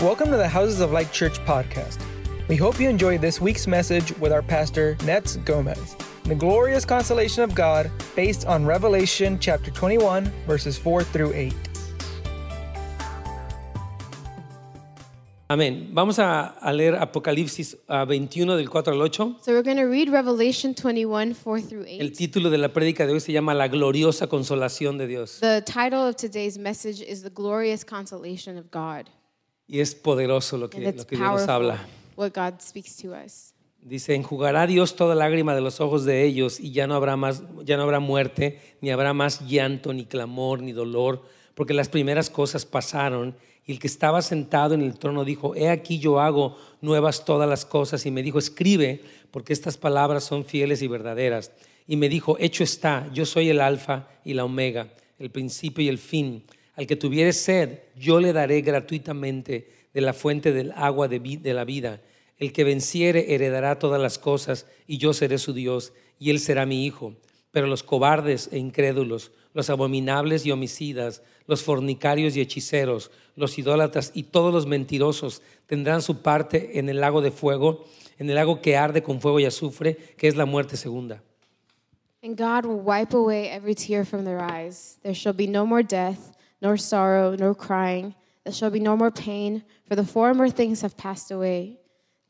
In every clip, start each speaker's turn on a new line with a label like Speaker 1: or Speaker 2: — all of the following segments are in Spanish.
Speaker 1: Welcome to the Houses of Light Church podcast. We hope you enjoy this week's message with our pastor, Nets Gomez. The glorious consolation of God based on Revelation chapter 21, verses 4 through 8.
Speaker 2: Amén. Vamos a, a leer Apocalipsis ah, 21 del 4 al 8.
Speaker 3: So we're going to read Revelation 21, 4 through
Speaker 2: El
Speaker 3: 8.
Speaker 2: título de la prédica de hoy se llama La gloriosa consolación de Dios
Speaker 3: The title of today's message is The Glorious Consolation of God.
Speaker 2: y es poderoso lo
Speaker 3: And
Speaker 2: que,
Speaker 3: it's
Speaker 2: lo que Dios nos
Speaker 3: powerful
Speaker 2: habla.
Speaker 3: what God speaks to us.
Speaker 2: Dice, enjugará Dios toda lágrima de los ojos de ellos y ya no habrá más, ya no habrá muerte, ni habrá más llanto, ni clamor, ni dolor, porque las primeras cosas pasaron. Y el que estaba sentado en el trono dijo, he aquí yo hago nuevas todas las cosas. Y me dijo, escribe, porque estas palabras son fieles y verdaderas. Y me dijo, hecho está, yo soy el alfa y la omega, el principio y el fin. Al que tuviere sed, yo le daré gratuitamente de la fuente del agua de, vi- de la vida. El que venciere heredará todas las cosas, y yo seré su Dios, y él será mi hijo. Pero los cobardes e incrédulos, los abominables y homicidas, los fornicarios y hechiceros, los idólatras y todos los mentirosos tendrán su parte en el lago de fuego, en el lago que arde con fuego y azufre, que es la muerte segunda.
Speaker 3: And God will wipe away every tear from their eyes. There shall be no more death, nor sorrow, nor crying. There shall be no more pain, for the former things have passed away.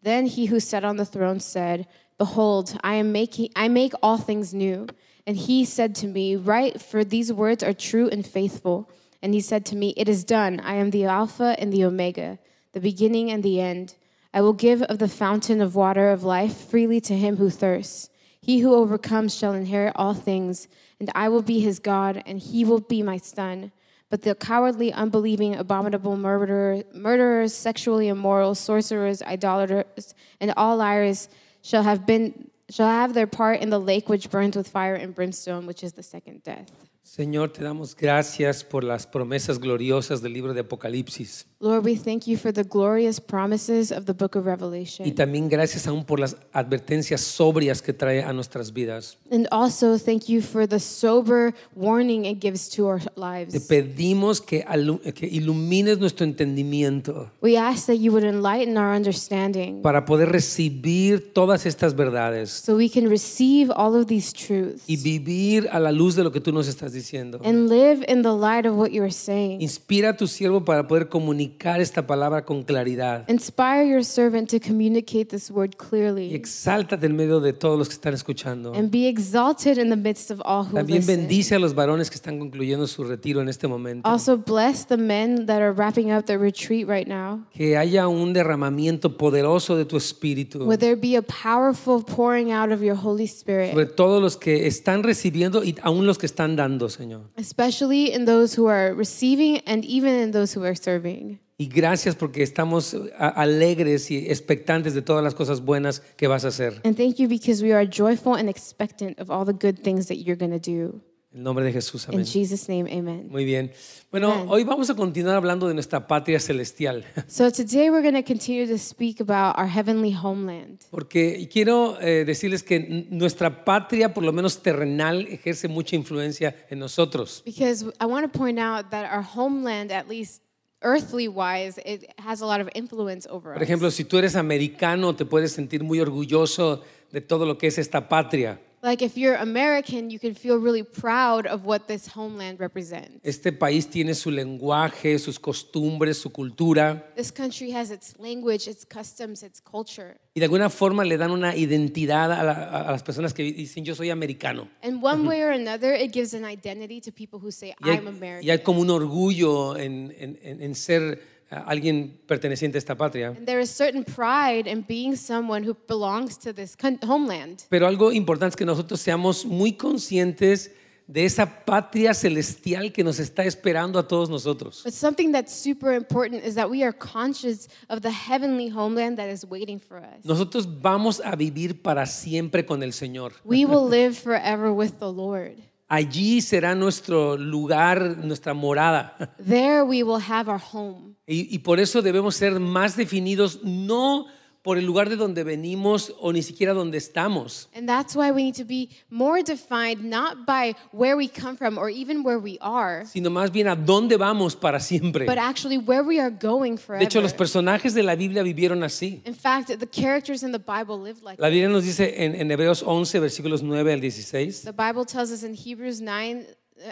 Speaker 3: Then he who sat on the throne said, Behold, I am making I make all things new. And he said to me, Write, for these words are true and faithful. And he said to me, It is done. I am the Alpha and the Omega, the beginning and the end. I will give of the fountain of water of life freely to him who thirsts. He who overcomes shall inherit all things, and I will be his God, and he will be my son. But the cowardly, unbelieving, abominable murderer, murderers, sexually immoral, sorcerers, idolaters, and all liars shall have been shall have their part in the lake which burns with fire and brimstone, which is the second death.
Speaker 2: Señor, te damos gracias por las promesas gloriosas del libro de Apocalipsis.
Speaker 3: Lord, we thank you for the glorious promises of the book of
Speaker 2: Y
Speaker 3: Revelation.
Speaker 2: también gracias aún por las advertencias sobrias que trae a nuestras vidas.
Speaker 3: And also thank you for the sober warning it gives to our
Speaker 2: Te
Speaker 3: lives.
Speaker 2: pedimos que, alu- que ilumines nuestro entendimiento
Speaker 3: We ask that you would enlighten our understanding
Speaker 2: para poder recibir todas estas verdades
Speaker 3: so we can receive all of these truths
Speaker 2: y vivir a la luz de lo que tú nos estás diciendo.
Speaker 3: and live in the light of what you are saying.
Speaker 2: Inspira a tu siervo para poder comunicar esta palabra con claridad.
Speaker 3: Inspire your servant to communicate this word
Speaker 2: Y
Speaker 3: clearly
Speaker 2: exáltate en medio de todos los que están escuchando.
Speaker 3: and be exalted in the midst of all who
Speaker 2: También
Speaker 3: listen.
Speaker 2: bendice a los varones que están concluyendo su retiro en este momento.
Speaker 3: Also, bless the men that are wrapping up their retreat right now.
Speaker 2: Que haya un derramamiento poderoso de tu espíritu.
Speaker 3: Would there be a powerful pouring out of your Holy
Speaker 2: sobre
Speaker 3: Spirit,
Speaker 2: todos los que están recibiendo y aún los que están dando, Señor.
Speaker 3: especially in those who are receiving and even in those who are serving?
Speaker 2: Y gracias porque estamos eh, a- alegres y expectantes de todas las cosas buenas que vas a hacer.
Speaker 3: And thank you because we are joyful and expectant of all the good things that you're going to do.
Speaker 2: En nombre de Jesús,
Speaker 3: In
Speaker 2: amén.
Speaker 3: Jesus' name, amen.
Speaker 2: Muy bien. Bueno,
Speaker 3: Amén.
Speaker 2: hoy vamos a continuar hablando de nuestra patria celestial,
Speaker 3: So today we're going to continue to speak about our heavenly homeland.
Speaker 2: porque quiero eh, decirles que n- nuestra patria, por lo menos terrenal, ejerce mucha influencia en nosotros.
Speaker 3: Because I want to point out that our homeland, at least earthly wise, it has a lot of influence over
Speaker 2: Por
Speaker 3: us.
Speaker 2: ejemplo, si tú eres americano, te puedes sentir muy orgulloso de todo lo que es esta patria.
Speaker 3: Like if you're American, you can feel really proud of what this homeland represents.
Speaker 2: Este país tiene su lenguaje, sus costumbres, su cultura
Speaker 3: This country has its language, its customs, its culture.
Speaker 2: y de alguna forma le dan una identidad a, la- a las personas que dicen yo soy americano.
Speaker 3: And one way or another, it gives an identity to people who say,
Speaker 2: Y hay,
Speaker 3: I'm American.
Speaker 2: y hay como un orgullo en, en- en- en ser ah, alguien perteneciente a esta patria.
Speaker 3: And there is certain pride in being someone who belongs to this con- homeland.
Speaker 2: Pero algo importante es que nosotros seamos muy conscientes de esa patria celestial que nos está esperando a todos nosotros.
Speaker 3: But something that's super important is that we are conscious of the heavenly homeland that is waiting for us.
Speaker 2: Nosotros vamos a vivir para siempre con el Señor.
Speaker 3: We will live forever with the Lord.
Speaker 2: Allí será nuestro lugar, nuestra morada.
Speaker 3: There we will have our home.
Speaker 2: Y, y por eso debemos ser más definidos, no por el lugar de donde venimos o ni siquiera donde estamos.
Speaker 3: And that's why we need to be more defined not by where we come from or even where we are,
Speaker 2: sino más bien a dónde vamos para siempre.
Speaker 3: but
Speaker 2: De
Speaker 3: actually where we are going forever.
Speaker 2: hecho, los personajes de la Biblia vivieron así.
Speaker 3: In fact, the characters in the Bible lived like
Speaker 2: La
Speaker 3: that.
Speaker 2: Biblia nos dice en, en Hebreos 11, versículos 9 al 16,
Speaker 3: The Bible tells us in Hebrews 9,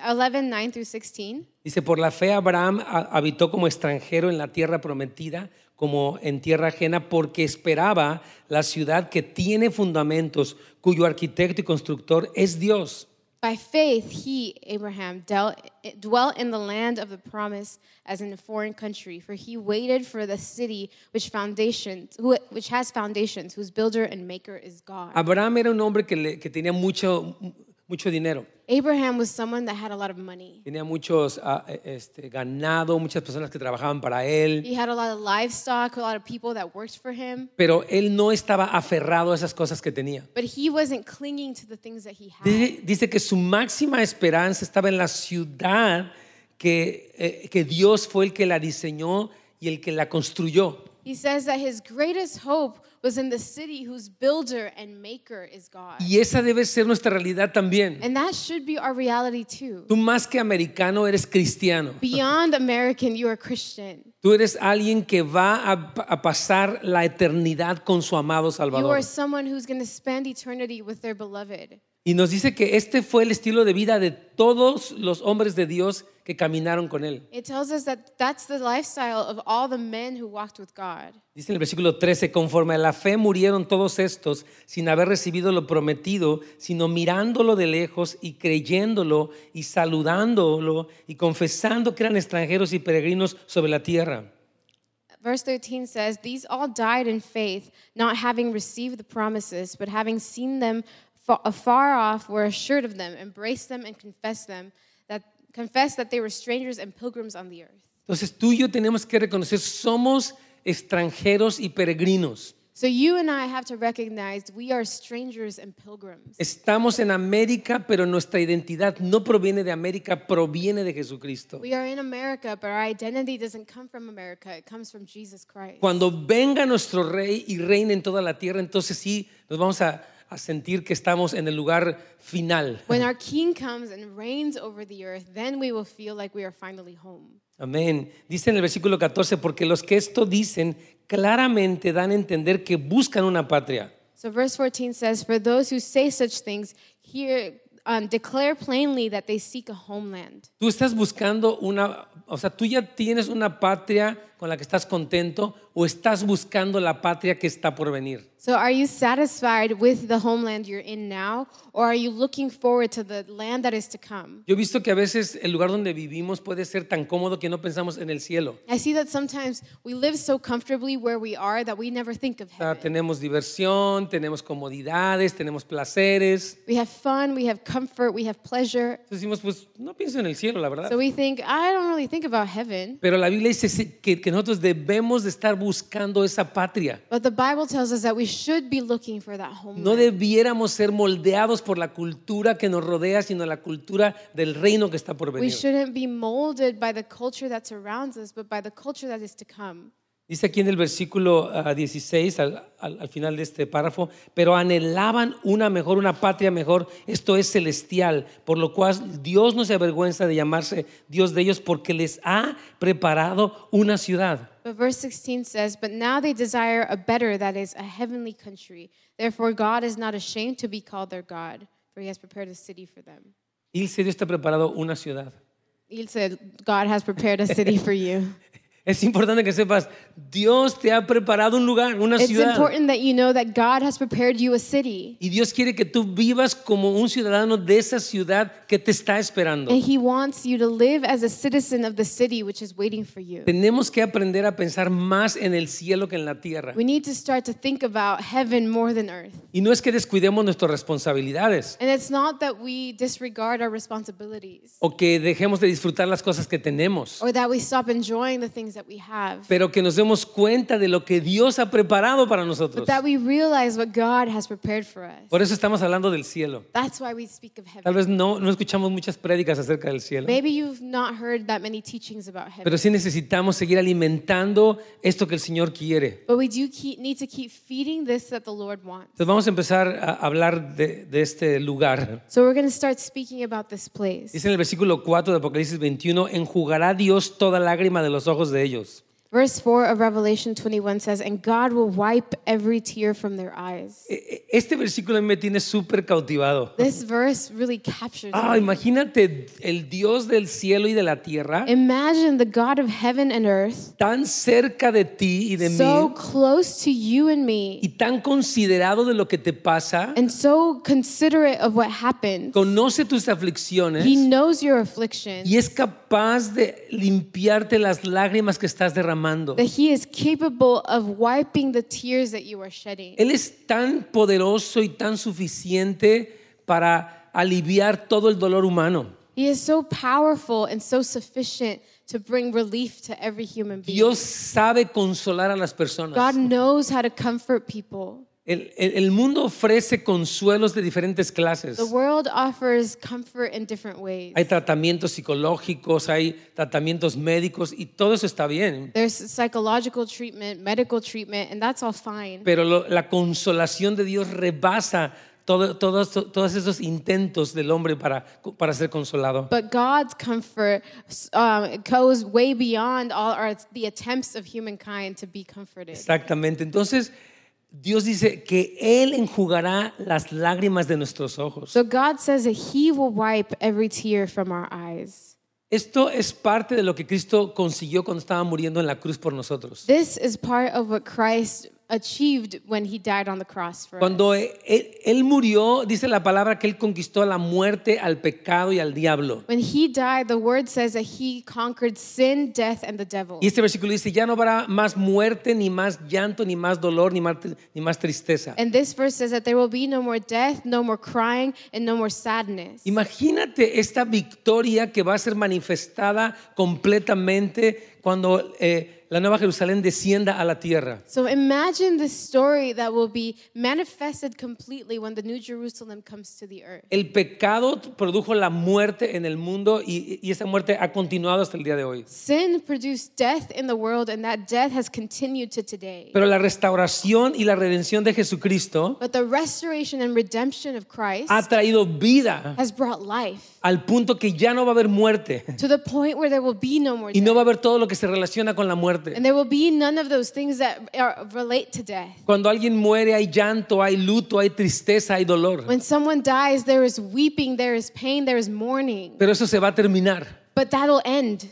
Speaker 3: 11, 9 through 16.
Speaker 2: dice, por la fe Abraham ha- habitó como extranjero en la tierra prometida, como en tierra ajena, porque esperaba la ciudad que tiene fundamentos, cuyo arquitecto y constructor es Dios.
Speaker 3: By faith, he, Abraham, dealt, dwelt in the land of the promise as in a foreign country, for he waited for the city which, foundations, who, which has foundations, whose builder and maker is God.
Speaker 2: Abraham era un hombre que, le- que tenía mucho, mucho dinero,
Speaker 3: Abraham was someone that had a lot of money.
Speaker 2: tenía muchos ah, eh, este, ganado, muchas personas que trabajaban para él.
Speaker 3: He had a lot of livestock, a lot of people that worked for him,
Speaker 2: pero él no estaba aferrado a esas cosas que tenía.
Speaker 3: but he wasn't clinging to the things that he had.
Speaker 2: Dice, dice que su máxima esperanza estaba en la ciudad que, eh, que Dios fue el que la diseñó y el que la construyó.
Speaker 3: He says that his greatest hope was in the city whose builder and maker is God.
Speaker 2: Y esa debe ser nuestra realidad también.
Speaker 3: And that should be our reality too.
Speaker 2: Tú más que americano eres cristiano.
Speaker 3: Beyond American, you are Christian.
Speaker 2: Tú eres alguien que va a, pa- a pasar la eternidad con su amado
Speaker 3: You are
Speaker 2: Salvador.
Speaker 3: someone who's going to spend eternity with their beloved.
Speaker 2: Y nos dice que este fue el estilo de vida de todos los hombres de Dios que caminaron con él.
Speaker 3: It tells us that that's the lifestyle of all the men who walked with God.
Speaker 2: Dice en el versículo 13, conforme a la fe murieron todos estos sin haber recibido lo prometido, sino mirándolo de lejos y creyéndolo y saludándolo y confesando que eran extranjeros y peregrinos sobre la tierra.
Speaker 3: Verse 13 says, These all died in faith, not having received the promises, but having seen them fa- afar off, were assured of them, embraced them, and confessed them, that confessed that they were strangers and pilgrims on the earth.
Speaker 2: Entonces tú y yo tenemos que reconocer, somos extranjeros y peregrinos.
Speaker 3: So you and I have to recognize we are strangers and pilgrims.
Speaker 2: Estamos en América, pero nuestra identidad no proviene de América, proviene de Jesucristo.
Speaker 3: We are in America, but our identity doesn't come from America. It comes from Jesus Christ.
Speaker 2: Cuando venga nuestro rey y reine en toda la tierra, entonces sí nos vamos a, a sentir que estamos en el lugar final.
Speaker 3: When our King comes and reigns over the earth, then we will feel like we are finally home.
Speaker 2: Amén. Dice en el versículo 14, porque los que esto dicen claramente dan a entender que buscan una patria.
Speaker 3: So, verse 14 says, For those who say such things, here um, declare plainly that they seek a homeland.
Speaker 2: Tú estás buscando una, o sea, tú ya tienes una patria con la que estás contento o estás buscando la patria que está por venir.
Speaker 3: So, are you satisfied with the homeland you're in now, or are you looking forward to the land that is to come?
Speaker 2: Yo he visto que a veces el lugar donde vivimos puede ser tan cómodo que no pensamos en el cielo.
Speaker 3: I see that sometimes we live so comfortably where we are that we never think of
Speaker 2: O sea,
Speaker 3: heaven.
Speaker 2: Ah, tenemos diversión, tenemos comodidades, tenemos placeres.
Speaker 3: We have fun, we have comfort, we have pleasure.
Speaker 2: Entonces decimos, pues no pienso en el cielo, la verdad.
Speaker 3: So we think, I don't really think about heaven.
Speaker 2: Pero la Biblia dice sí, que, que nosotros debemos de estar buscando esa patria.
Speaker 3: But the Bible tells us that we should be looking for that homeland.
Speaker 2: No debiéramos ser moldeados por la cultura que nos rodea, sino la cultura del reino que está por
Speaker 3: we
Speaker 2: venir.
Speaker 3: shouldn't be molded by the culture that surrounds us, but by the culture that is to come.
Speaker 2: Dice aquí en el versículo ah, 16, al, al- al final de este párrafo, pero anhelaban una mejor, una patria mejor, esto es celestial, por lo cual Dios no se avergüenza de llamarse Dios de ellos porque les ha preparado una ciudad.
Speaker 3: But verse 16 says, But now they desire a better, that is, a heavenly country. Therefore, God is not ashamed to be called their God, for he has prepared a city for them.
Speaker 2: Y Dios te ha preparado una ciudad.
Speaker 3: He said, God has prepared a city for you.
Speaker 2: Es importante que sepas, Dios te ha preparado un lugar, una
Speaker 3: It's
Speaker 2: ciudad.
Speaker 3: important that you know that God has prepared you a city.
Speaker 2: Y Dios quiere que tú vivas como un ciudadano de esa ciudad que te está esperando.
Speaker 3: And he wants you to live as a citizen of the city which is waiting for you.
Speaker 2: Tenemos que aprender a pensar más en el cielo que en la tierra.
Speaker 3: We need to start to think about heaven more than earth.
Speaker 2: Y no es que descuidemos nuestras responsabilidades
Speaker 3: And it's not that we disregard our responsibilities
Speaker 2: o que dejemos de disfrutar las cosas que tenemos.
Speaker 3: or that we stop enjoying the things that we have,
Speaker 2: pero que nos demos cuenta de lo que Dios ha preparado para nosotros.
Speaker 3: but that we realize what God has prepared for us.
Speaker 2: Por eso estamos hablando del cielo.
Speaker 3: That's why we speak of
Speaker 2: Tal
Speaker 3: heaven.
Speaker 2: vez no, no escuchamos muchas prédicas acerca del cielo,
Speaker 3: Maybe you've not heard that many teachings about heaven,
Speaker 2: pero sí necesitamos seguir alimentando esto que el Señor quiere.
Speaker 3: but we do keep, need to keep feeding this that the Lord wants.
Speaker 2: Entonces vamos a empezar a hablar de, de este lugar.
Speaker 3: So we're going to start speaking about this place.
Speaker 2: Dice en el versículo 4 de Apocalipsis 21, enjugará Dios toda lágrima de los ojos de ellos.
Speaker 3: Verse 4 of Revelation 21 says, And God will wipe every tear from their eyes.
Speaker 2: E- e- Este versículo a mí me tiene súper cautivado.
Speaker 3: This verse really captures
Speaker 2: Ah,
Speaker 3: it.
Speaker 2: imagínate el Dios del cielo y de la tierra
Speaker 3: Em- Imagine the God of heaven and earth
Speaker 2: tan cerca de ti y de
Speaker 3: so
Speaker 2: mí
Speaker 3: close to you and me
Speaker 2: y tan considerado de lo que te pasa.
Speaker 3: and so considerate of what happens.
Speaker 2: Conoce tus aflicciones
Speaker 3: Em- He knows your affliction,
Speaker 2: y es capaz de limpiarte las lágrimas que estás derramando.
Speaker 3: that He is capable of wiping the tears that you are shedding.
Speaker 2: Él es tan poderoso y tan suficiente para aliviar todo el dolor humano.
Speaker 3: He is so powerful and so sufficient to bring relief to every human being.
Speaker 2: Dios sabe consolar a las
Speaker 3: God
Speaker 2: personas.
Speaker 3: knows how to comfort people.
Speaker 2: El, el- el mundo ofrece consuelos de diferentes clases.
Speaker 3: The world offers comfort in different ways.
Speaker 2: Hay tratamientos psicológicos, hay tratamientos médicos y todo eso está bien.
Speaker 3: There's psychological treatment, medical treatment, and that's all fine.
Speaker 2: Pero lo- la consolación de Dios rebasa todo- todos- todos esos intentos del hombre para, para ser consolado.
Speaker 3: But God's comfort um, goes way beyond all our, the attempts of humankind to be comforted.
Speaker 2: Exactamente. Entonces, Dios dice que Él enjugará las lágrimas de nuestros ojos.
Speaker 3: So God says that He will wipe every tear from our eyes.
Speaker 2: Esto es parte de lo que Cristo consiguió cuando estaba muriendo en la cruz por nosotros.
Speaker 3: This is part of what Christ achieved when He died on the cross for us.
Speaker 2: Cuando e- él, él murió, dice la palabra que Él conquistó la muerte, al pecado y al diablo.
Speaker 3: When He died, the Word says that He conquered sin, death, and the devil.
Speaker 2: Y este versículo dice, ya no habrá más muerte, ni más llanto, ni más dolor, ni más, tri- ni más tristeza.
Speaker 3: And this verse says that there will be no more death, no more crying, and no more sadness.
Speaker 2: Imagínate esta victoria que va a ser manifestada completamente cuando eh, la Nueva Jerusalén descienda a la tierra.
Speaker 3: So imagine this story that will be manifested completely when the New Jerusalem comes to the earth.
Speaker 2: El pecado produjo la muerte en el mundo y, y esa muerte ha continuado hasta el día de hoy.
Speaker 3: Sin produced death in the world, and that death has continued to today.
Speaker 2: Pero la restauración y la redención de Jesucristo
Speaker 3: But the restoration and redemption of Christ
Speaker 2: ha traído vida
Speaker 3: has brought life
Speaker 2: al punto que ya no va a haber muerte
Speaker 3: to the point where there will be no more
Speaker 2: y
Speaker 3: death.
Speaker 2: no va a haber todo lo que se relaciona con la muerte.
Speaker 3: and there will be none of those things that are, relate to death.
Speaker 2: Cuando alguien muere hay llanto, hay luto, hay tristeza, hay dolor.
Speaker 3: When someone dies, there is weeping, there is pain, there is mourning.
Speaker 2: Pero eso se va a terminar.
Speaker 3: But that'll end.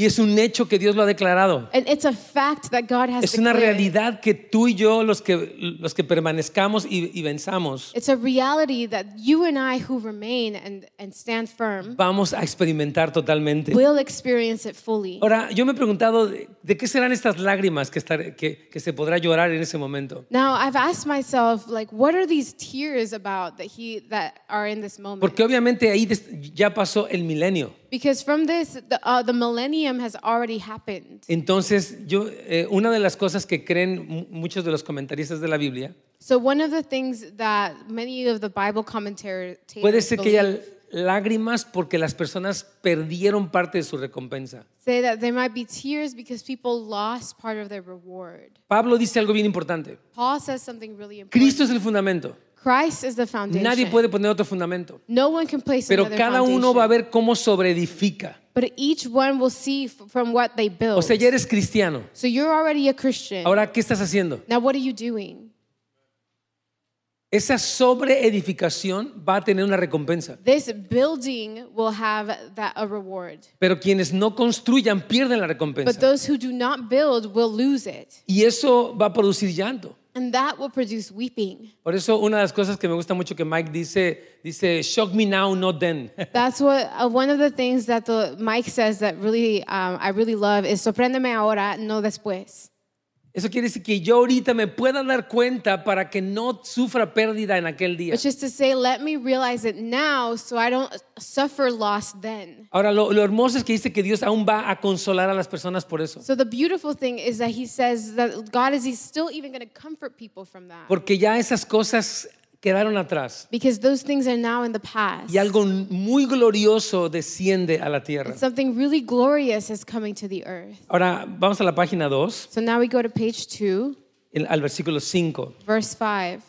Speaker 2: Y es un hecho que Dios lo ha declarado.
Speaker 3: And it's a fact that God has
Speaker 2: Es una
Speaker 3: declared.
Speaker 2: realidad que tú y yo, los que, los que permanezcamos y, y venzamos,
Speaker 3: It's a reality that you and I who remain and, and stand firm
Speaker 2: vamos a experimentar totalmente.
Speaker 3: will experience it fully.
Speaker 2: Ahora, yo me he preguntado, ¿de de qué serán estas lágrimas que, estar- que, que se podrá llorar en ese momento?
Speaker 3: Now I've asked myself, like, what are these tears about that he that are in this moment?
Speaker 2: Porque obviamente ahí des- ya pasó el milenio.
Speaker 3: Because from this, the, uh, the millennium has already happened.
Speaker 2: Entonces, yo, eh, una de las cosas que creen mu- muchos de los comentaristas de la Biblia,
Speaker 3: So one of the things that many of the Bible commentators
Speaker 2: puede ser que
Speaker 3: believe
Speaker 2: haya lágrimas porque las personas perdieron parte de su recompensa.
Speaker 3: say that there might be tears because people lost part of their reward.
Speaker 2: Pablo dice algo bien importante.
Speaker 3: Paul says something really important.
Speaker 2: Cristo es el fundamento.
Speaker 3: Christ is the foundation.
Speaker 2: Nadie puede poner otro fundamento.
Speaker 3: no one can place
Speaker 2: Pero
Speaker 3: another
Speaker 2: cada
Speaker 3: foundation.
Speaker 2: uno va a ver cómo sobreedifica.
Speaker 3: But each one will see f- from what they build.
Speaker 2: O sea, ya eres cristiano.
Speaker 3: so you're already a Christian.
Speaker 2: Ahora, ¿qué estás haciendo?
Speaker 3: now what are you doing?
Speaker 2: Esa sobreedificación va a tener una recompensa.
Speaker 3: This building will have that a reward.
Speaker 2: Pero quienes no construyan pierden la
Speaker 3: But
Speaker 2: recompensa.
Speaker 3: those who do not build will lose it.
Speaker 2: Y eso va a producir llanto.
Speaker 3: And that will produce weeping.
Speaker 2: Por eso una de las cosas que me gusta mucho que Mike dice, dice, shock me now, not then.
Speaker 3: That's what uh, one of the things that the Mike says that really um, I really love is sorpréndeme ahora, no después.
Speaker 2: Eso quiere decir que yo ahorita me pueda dar cuenta para que no sufra pérdida en aquel día.
Speaker 3: Which is to say, let me realize it now so I don't suffer loss then.
Speaker 2: Ahora, lo, lo hermoso es que dice que Dios aún va a consolar a las personas por eso.
Speaker 3: So the beautiful thing is that he says that God is he's still even going to comfort people from that.
Speaker 2: Porque ya esas cosas quedaron atrás
Speaker 3: Because those things are now in the past.
Speaker 2: y algo muy glorioso desciende a la tierra.
Speaker 3: Something really glorious is coming to the earth.
Speaker 2: Ahora, vamos a la página 2,
Speaker 3: So now we go to page 2,
Speaker 2: el- al versículo 5.
Speaker 3: verse 5. It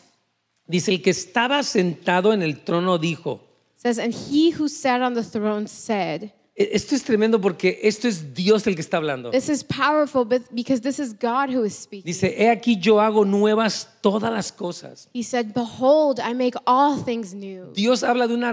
Speaker 2: Dice, el que estaba sentado en el trono dijo,
Speaker 3: says, And he who sat on the throne said,
Speaker 2: E- esto es tremendo porque esto es Dios el que está hablando.
Speaker 3: This is powerful but- because this is God who is speaking.
Speaker 2: Dice, he aquí yo hago nuevas todas las cosas.
Speaker 3: He said, Behold, I make all things new.
Speaker 2: Dios habla de una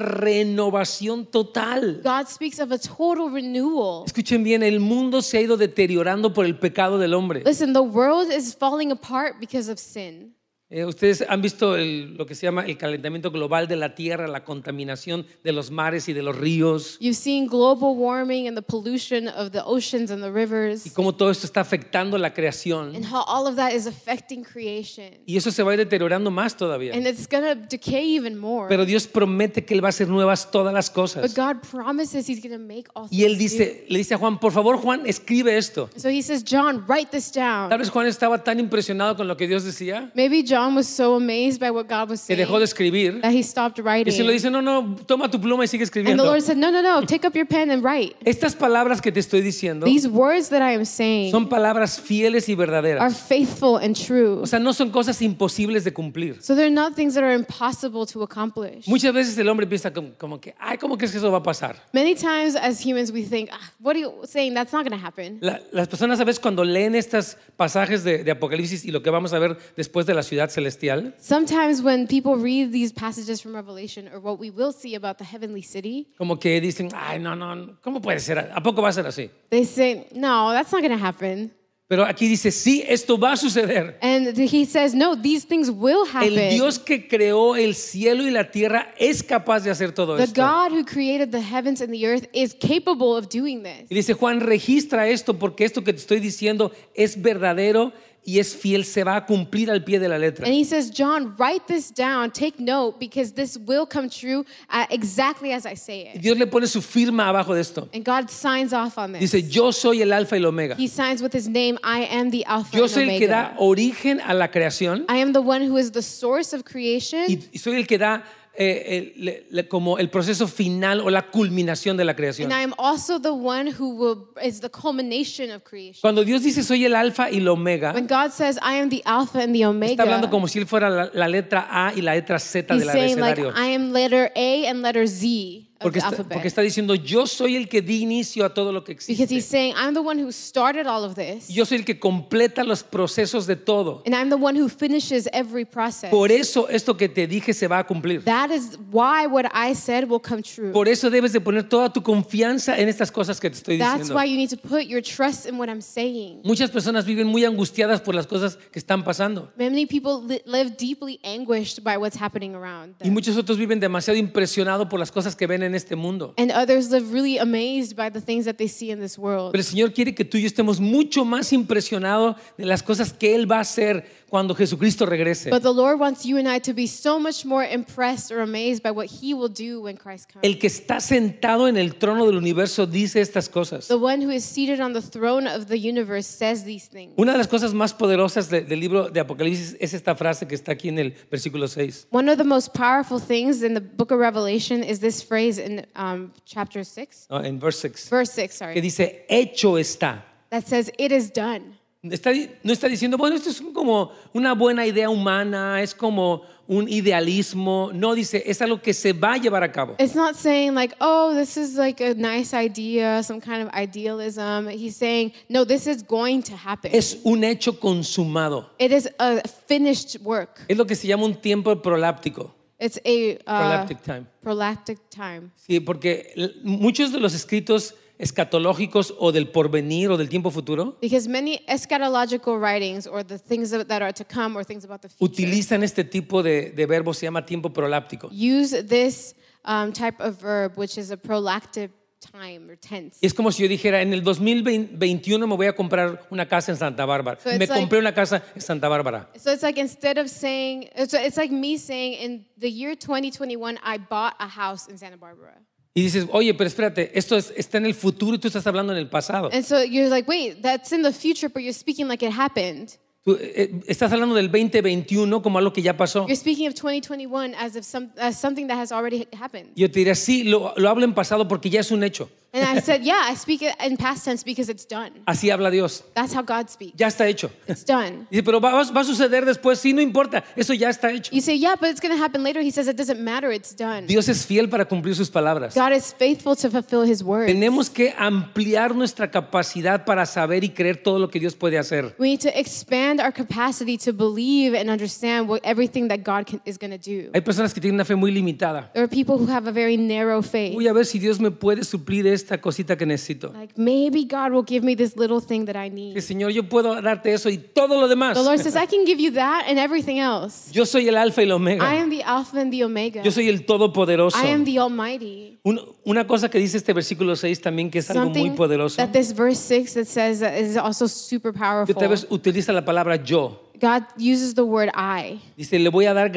Speaker 2: renovación total.
Speaker 3: God speaks of a total renewal.
Speaker 2: Escuchen bien, el mundo se ha ido deteriorando por el pecado del hombre.
Speaker 3: Listen, the world is falling apart because of sin.
Speaker 2: Eh, ustedes han visto el- lo que se llama el calentamiento global de la tierra, la contaminación de los mares y de los ríos,
Speaker 3: You've seen global warming and the pollution of the oceans and the
Speaker 2: y
Speaker 3: rivers,
Speaker 2: cómo todo esto está afectando la creación.
Speaker 3: and how all of that is affecting creation.
Speaker 2: Y eso se va a ir deteriorando más todavía.
Speaker 3: And it's going to decay even more.
Speaker 2: Pero Dios promete que Él va a hacer nuevas todas las
Speaker 3: But
Speaker 2: cosas.
Speaker 3: God promises He's going to make all
Speaker 2: Y Él
Speaker 3: things
Speaker 2: dice, le dice a Juan, por favor Juan, escribe esto.
Speaker 3: new. So He says, John, write this
Speaker 2: Tal
Speaker 3: down.
Speaker 2: vez Juan estaba tan impresionado con lo que Dios decía
Speaker 3: Maybe John was so amazed by what God was
Speaker 2: que
Speaker 3: saying
Speaker 2: dejó de escribir.
Speaker 3: that he stopped
Speaker 2: Y
Speaker 3: writing.
Speaker 2: si le dice, no, no, toma tu pluma y sigue
Speaker 3: and the
Speaker 2: escribiendo.
Speaker 3: Lord said, No, no, no, take up your pen and write.
Speaker 2: Estas palabras que te estoy diciendo
Speaker 3: These words that I am saying
Speaker 2: son palabras fieles y
Speaker 3: are
Speaker 2: verdaderas.
Speaker 3: faithful and true.
Speaker 2: O sea, no son cosas imposibles de cumplir.
Speaker 3: So they're not things that are impossible to accomplish.
Speaker 2: Muchas veces el hombre piensa como, como que, ay, ¿cómo crees que eso va a pasar?
Speaker 3: Many times as humans, we think, ah, What are you saying? That's not going to happen.
Speaker 2: La- las personas a veces cuando leen estos pasajes de, de Apocalipsis y lo que vamos a ver después de la ciudad celestial,
Speaker 3: Sometimes when people read these passages from Revelation or what we will see about the heavenly city,
Speaker 2: como que dicen, ay, no, no, ¿cómo puede ser? ¿A poco va a ser así?
Speaker 3: they say, No, that's not going to happen.
Speaker 2: Pero aquí dice, sí, esto va a suceder.
Speaker 3: And th- he says, No, these things will happen.
Speaker 2: El Dios que creó el cielo y la tierra es capaz de hacer todo
Speaker 3: the
Speaker 2: esto.
Speaker 3: God who created the heavens and the earth is capable of doing this.
Speaker 2: Y dice, Juan, registra esto porque esto que te estoy diciendo es verdadero y es fiel, se va a cumplir al pie de la letra.
Speaker 3: And he says, John, write this down, take note, because this will come true uh, exactly as I say
Speaker 2: Y
Speaker 3: it.
Speaker 2: Dios le pone su firma abajo de esto.
Speaker 3: And God signs off on this.
Speaker 2: Dice, yo soy el alfa y el omega.
Speaker 3: He signs with his name, I am the Alpha
Speaker 2: Yo
Speaker 3: and
Speaker 2: soy el que da
Speaker 3: Omega.
Speaker 2: origen a la creación
Speaker 3: I am the one who is the source of creation,
Speaker 2: y y soy el que da eh, el- le- le- como el proceso final o la culminación de la creación.
Speaker 3: and I am also the one who will is the culmination of creation.
Speaker 2: Cuando Dios dice, soy el alfa y el omega,
Speaker 3: When God says, I am the Alpha and the
Speaker 2: está hablando
Speaker 3: Omega,
Speaker 2: como si él fuera la, la letra A y la letra Z
Speaker 3: He's
Speaker 2: del
Speaker 3: saying like
Speaker 2: abecedario.
Speaker 3: I am letter A and letter Z of
Speaker 2: Porque
Speaker 3: the
Speaker 2: está,
Speaker 3: alphabet.
Speaker 2: porque está diciendo, yo soy el que di inicio a todo lo que
Speaker 3: because he's
Speaker 2: existe.
Speaker 3: saying I'm the one who started all of this,
Speaker 2: Y Yo soy el que completa los procesos de todo.
Speaker 3: and I'm the one who finishes every process.
Speaker 2: Por eso esto que te dije se va a cumplir.
Speaker 3: that is why what I said will come true.
Speaker 2: Por eso debes de poner toda tu confianza en estas cosas que te estoy
Speaker 3: That's
Speaker 2: diciendo.
Speaker 3: why you need to put your trust in what I'm saying.
Speaker 2: Muchas personas viven muy angustiadas por las cosas que están pasando.
Speaker 3: Many people li- live deeply anguished by what's happening around
Speaker 2: Y
Speaker 3: them.
Speaker 2: muchos otros viven demasiado impresionados por las cosas que ven en este mundo.
Speaker 3: and others live really amazed by the things that they see in this world.
Speaker 2: Pero el Señor quiere que tú y yo estemos mucho más impresionados de las cosas que Él va a hacer cuando Jesucristo regrese.
Speaker 3: But the Lord wants you and I to be so much more impressed or amazed by what He will do when Christ comes.
Speaker 2: El que está sentado en el trono del universo dice estas cosas.
Speaker 3: The one who is seated on the throne of the universe says these things.
Speaker 2: Una de las cosas más poderosas de- del libro de Apocalipsis es esta frase que está aquí en el versículo 6.
Speaker 3: One of the most powerful things in the book of Revelation is this phrase in um, chapter 6,
Speaker 2: ¿no? en verse 6,
Speaker 3: verse 6,
Speaker 2: que
Speaker 3: sorry,
Speaker 2: dice, hecho está.
Speaker 3: that says, It is done.
Speaker 2: Está di- no está diciendo, bueno, esto es un- como una buena idea humana, es como un idealismo. No, dice, es algo que se va a llevar a cabo.
Speaker 3: It's not saying, like, oh, this is like a nice idea, some kind of idealism. He's saying, No, this is going to happen.
Speaker 2: Es un hecho consumado.
Speaker 3: It is a finished work.
Speaker 2: Es lo que se llama un tiempo proláptico.
Speaker 3: It's a uh,
Speaker 2: Proleptic time.
Speaker 3: prolactic time.
Speaker 2: Sí, porque l- muchos de los escritos escatológicos o del porvenir o del tiempo futuro
Speaker 3: Because many eschatological writings or the things that that are to come or things about the future.
Speaker 2: utilizan este tipo de, de verbo, se llama tiempo proláptico.
Speaker 3: use this um, type of verb, which is a prolactive time or tense.
Speaker 2: Es como si yo dijera, en el 2021 me voy a comprar una casa en Santa Bárbara.
Speaker 3: So
Speaker 2: me
Speaker 3: it's like-
Speaker 2: compré una casa en Santa Bárbara.
Speaker 3: So it's like instead of saying, it's, it's like me saying, in the year 2021, I bought a house in Santa Barbara.
Speaker 2: Y dices, oye, pero espérate, esto es- está en el futuro y tú estás hablando en el pasado.
Speaker 3: And so you're like, wait, that's in the future, but you're speaking like it happened.
Speaker 2: Tú eh, estás hablando del 2021 como algo que ya pasó.
Speaker 3: You're speaking of 2021 as if some, as something that has already happened.
Speaker 2: Yo te diría, sí, lo, lo hablo en pasado porque ya es un hecho.
Speaker 3: And I said, yeah, I speak it in past tense because it's done.
Speaker 2: Así habla Dios.
Speaker 3: That's how God speaks.
Speaker 2: Ya está hecho.
Speaker 3: It's done.
Speaker 2: Dice, pero va, va- va a suceder después. Sí, no importa. Eso ya está hecho.
Speaker 3: You say, yeah, but it's going to happen later. He says, it doesn't matter. It's done.
Speaker 2: Dios es fiel para cumplir sus palabras.
Speaker 3: God is faithful to fulfill his word.
Speaker 2: Tenemos que ampliar nuestra capacidad para saber y creer todo lo que Dios puede hacer.
Speaker 3: We need to expand our capacity to believe and understand what everything that God can, is going to do.
Speaker 2: Hay personas que tienen una fe muy limitada.
Speaker 3: There are people who have a very narrow faith.
Speaker 2: Voy a ver si Dios me puede suplir esta cosita que necesito.
Speaker 3: Like maybe God will give me this little thing that I
Speaker 2: Que,
Speaker 3: need.
Speaker 2: Señor, yo puedo darte eso y todo lo demás.
Speaker 3: The Lord says, I can give you that and everything else.
Speaker 2: Yo soy el alfa y el
Speaker 3: I
Speaker 2: omega.
Speaker 3: am the Alpha and the Omega.
Speaker 2: Yo soy el todopoderoso.
Speaker 3: I am the Almighty.
Speaker 2: Un- Una cosa que dice este versículo 6 también que es algo muy
Speaker 3: Something
Speaker 2: poderoso.
Speaker 3: that this verse 6 that says that is also super
Speaker 2: Que otra
Speaker 3: powerful.
Speaker 2: vez utiliza la palabra yo.
Speaker 3: God uses the word I.
Speaker 2: Dice, le voy a dar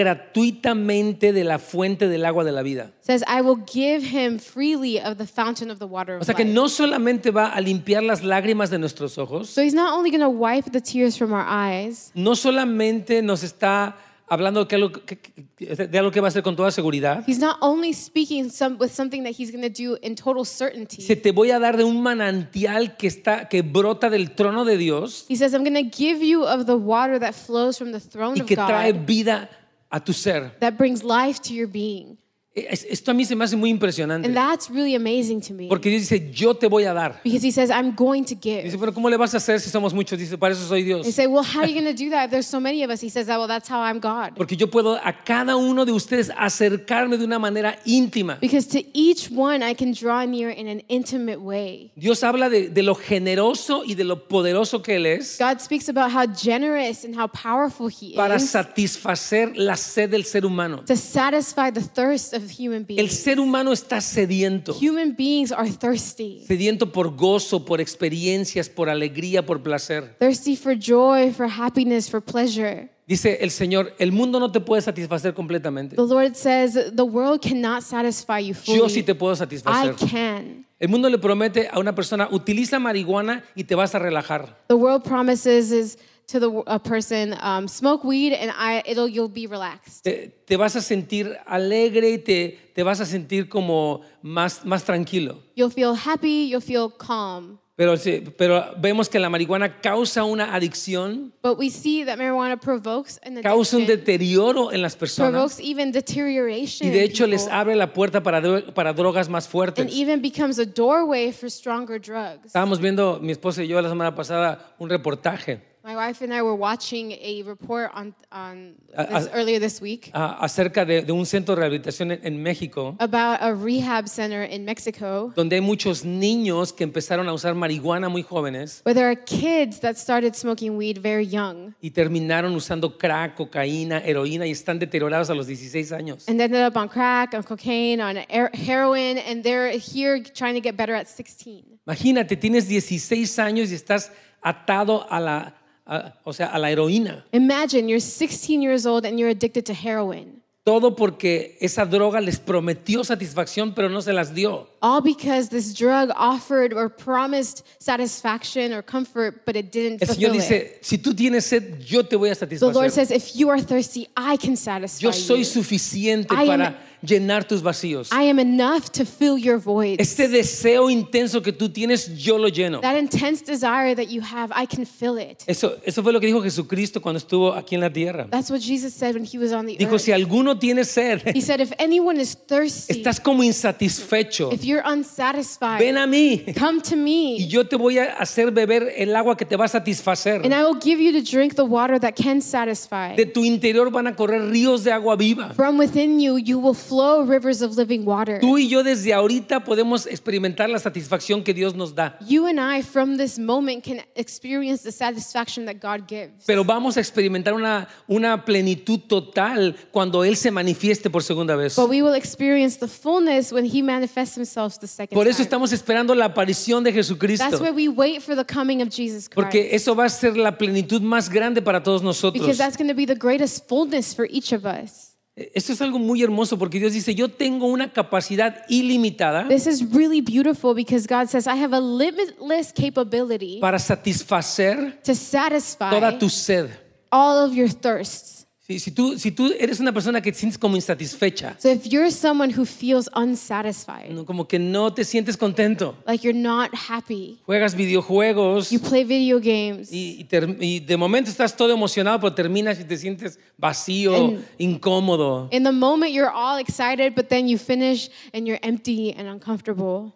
Speaker 2: gratuitamente de la fuente del agua de la vida.
Speaker 3: says, I will give him freely of the fountain of the water
Speaker 2: O
Speaker 3: of
Speaker 2: sea que
Speaker 3: life.
Speaker 2: no solamente va a limpiar las lágrimas de nuestros ojos,
Speaker 3: So he's not only going to wipe the tears from our eyes,
Speaker 2: no solamente nos está hablando que algo que- que- de algo que va a hacer con toda seguridad,
Speaker 3: he's not only speaking some, with something that he's going to do in total certainty.
Speaker 2: dice, te voy a dar de un manantial que, está, que brota del trono de Dios
Speaker 3: He says, I'm going to give you of the water that flows from the throne
Speaker 2: y
Speaker 3: of
Speaker 2: que trae
Speaker 3: God
Speaker 2: vida a tu ser. E,
Speaker 3: that brings life to your being.
Speaker 2: Es- Esto a mí se me hace muy impresionante,
Speaker 3: And that's really amazing to me.
Speaker 2: porque Dios dice, yo te voy a dar.
Speaker 3: Because he says, I'm going to
Speaker 2: Dice,
Speaker 3: give.
Speaker 2: bueno, ¿cómo le vas a hacer si somos muchos? Dice, para eso soy Dios.
Speaker 3: They say, Well, how are you going to do that if there's so many of us? He says, "Ah, Well, that's how I'm God.
Speaker 2: Porque yo puedo a cada uno de ustedes acercarme de una manera íntima.
Speaker 3: Because to each one I can draw near in an intimate way.
Speaker 2: Dios habla de, de lo generoso y de lo poderoso que Él es
Speaker 3: God speaks about how generous and how powerful he
Speaker 2: para
Speaker 3: is
Speaker 2: satisfacer la sed del ser humano.
Speaker 3: to satisfy the thirst of human
Speaker 2: El
Speaker 3: beings.
Speaker 2: ser humano está sediento,
Speaker 3: Human beings are thirsty.
Speaker 2: sediento por gozo, por experiencias, por alegría, por placer.
Speaker 3: Thirsty for joy, for happiness, for pleasure.
Speaker 2: Dice el Señor, el mundo no te puede satisfacer completamente.
Speaker 3: The Lord says, The world cannot satisfy you
Speaker 2: Yo sí te
Speaker 3: fully.
Speaker 2: puedo
Speaker 3: I
Speaker 2: satisfacer.
Speaker 3: can.
Speaker 2: El mundo le promete a una persona, utiliza marihuana y te vas a relajar.
Speaker 3: The world promises is to the a person um, smoke weed and I it'll you'll be relaxed.
Speaker 2: Te, te vas a sentir alegre y te, te vas a sentir como más, más tranquilo.
Speaker 3: You'll feel happy, you'll feel calm.
Speaker 2: Pero, sí, pero vemos que la marihuana causa una adicción,
Speaker 3: But we see that marijuana provokes an
Speaker 2: causa un
Speaker 3: addiction,
Speaker 2: deterioro en las personas
Speaker 3: provokes even deterioration
Speaker 2: y de
Speaker 3: in
Speaker 2: hecho les
Speaker 3: people,
Speaker 2: abre la puerta para, dro- para drogas más
Speaker 3: and
Speaker 2: fuertes.
Speaker 3: even becomes a doorway for stronger drugs.
Speaker 2: Estábamos viendo, mi esposa y yo la semana pasada, un reportaje
Speaker 3: My wife and I were watching a report on on
Speaker 2: A-
Speaker 3: this,
Speaker 2: a-
Speaker 3: earlier this week
Speaker 2: a- ah, acerca de, de un centro de rehabilitación en, en México,
Speaker 3: about a rehab center in Mexico
Speaker 2: donde hay muchos niños que empezaron a usar marihuana muy jóvenes
Speaker 3: where there are kids that started smoking weed very young.
Speaker 2: y terminaron usando crack, cocaína, heroína y están deteriorados a los 16 años.
Speaker 3: and ended up on crack, on cocaine, on er- heroin, and they're here trying to get better at 16.
Speaker 2: Imagínate, tienes 16 años y estás atado a la, a- o sea, a la heroína.
Speaker 3: Imagine you're 16 years old and you're addicted to heroin,
Speaker 2: Todo porque esa droga les prometió satisfacción, pero no se las dio.
Speaker 3: all because this drug offered or promised satisfaction or comfort, but it didn't
Speaker 2: El Señor
Speaker 3: fulfill it.
Speaker 2: dice, si tú tienes sed, yo te voy a
Speaker 3: The
Speaker 2: satisfacer.
Speaker 3: Lord says, if you are thirsty, I can satisfy
Speaker 2: Yo soy
Speaker 3: you.
Speaker 2: suficiente
Speaker 3: I am-
Speaker 2: para llenar tus vacíos.
Speaker 3: I am enough to fill your void.
Speaker 2: Este deseo intenso que tú tienes, yo lo lleno.
Speaker 3: That intense desire that you have, I can fill it.
Speaker 2: Eso, eso fue lo que dijo Jesucristo cuando estuvo aquí en la tierra.
Speaker 3: That's what Jesus said when he was on the
Speaker 2: Dijo,
Speaker 3: earth.
Speaker 2: si alguno tiene sed,
Speaker 3: He said, if anyone is thirsty,
Speaker 2: estás como insatisfecho,
Speaker 3: if you're unsatisfied,
Speaker 2: ven a mí.
Speaker 3: Come to
Speaker 2: y
Speaker 3: me,
Speaker 2: yo te voy a hacer beber el agua que te va a satisfacer.
Speaker 3: and I will give you to drink the water that can satisfy.
Speaker 2: De tu interior van a correr ríos de agua viva.
Speaker 3: From within you, you will flow rivers of living water.
Speaker 2: Tú y yo desde ahorita podemos experimentar la satisfacción que Dios nos da,
Speaker 3: You and I, from this moment, can experience the satisfaction that God gives.
Speaker 2: pero vamos a experimentar una, una plenitud total cuando Él se manifieste por segunda vez.
Speaker 3: But we will experience the fullness when He manifests Himself the second
Speaker 2: Por eso
Speaker 3: time.
Speaker 2: estamos esperando la aparición de
Speaker 3: That's
Speaker 2: Jesucristo,
Speaker 3: where we wait for the coming of Jesus Christ.
Speaker 2: porque eso va a ser la plenitud más grande para todos nosotros.
Speaker 3: because that's going to be the greatest fullness for each of us.
Speaker 2: E, Esto es algo muy hermoso porque Dios dice, yo tengo una capacidad ilimitada
Speaker 3: This is really beautiful because God says, I have a limitless capability
Speaker 2: para satisfacer
Speaker 3: to satisfy
Speaker 2: toda tu sed.
Speaker 3: all of your thirsts.
Speaker 2: Si, si tú, si tú eres una persona que te sientes como insatisfecha,
Speaker 3: So if you're someone who feels unsatisfied,
Speaker 2: no, como que no te sientes contento,
Speaker 3: like you're not happy,
Speaker 2: juegas videojuegos
Speaker 3: you
Speaker 2: y,
Speaker 3: play video games,
Speaker 2: y ter- y de momento estás todo emocionado, pero terminas y te sientes vacío,
Speaker 3: And-
Speaker 2: incómodo.
Speaker 3: in the moment you're all excited, but then you finish and you're empty and uncomfortable.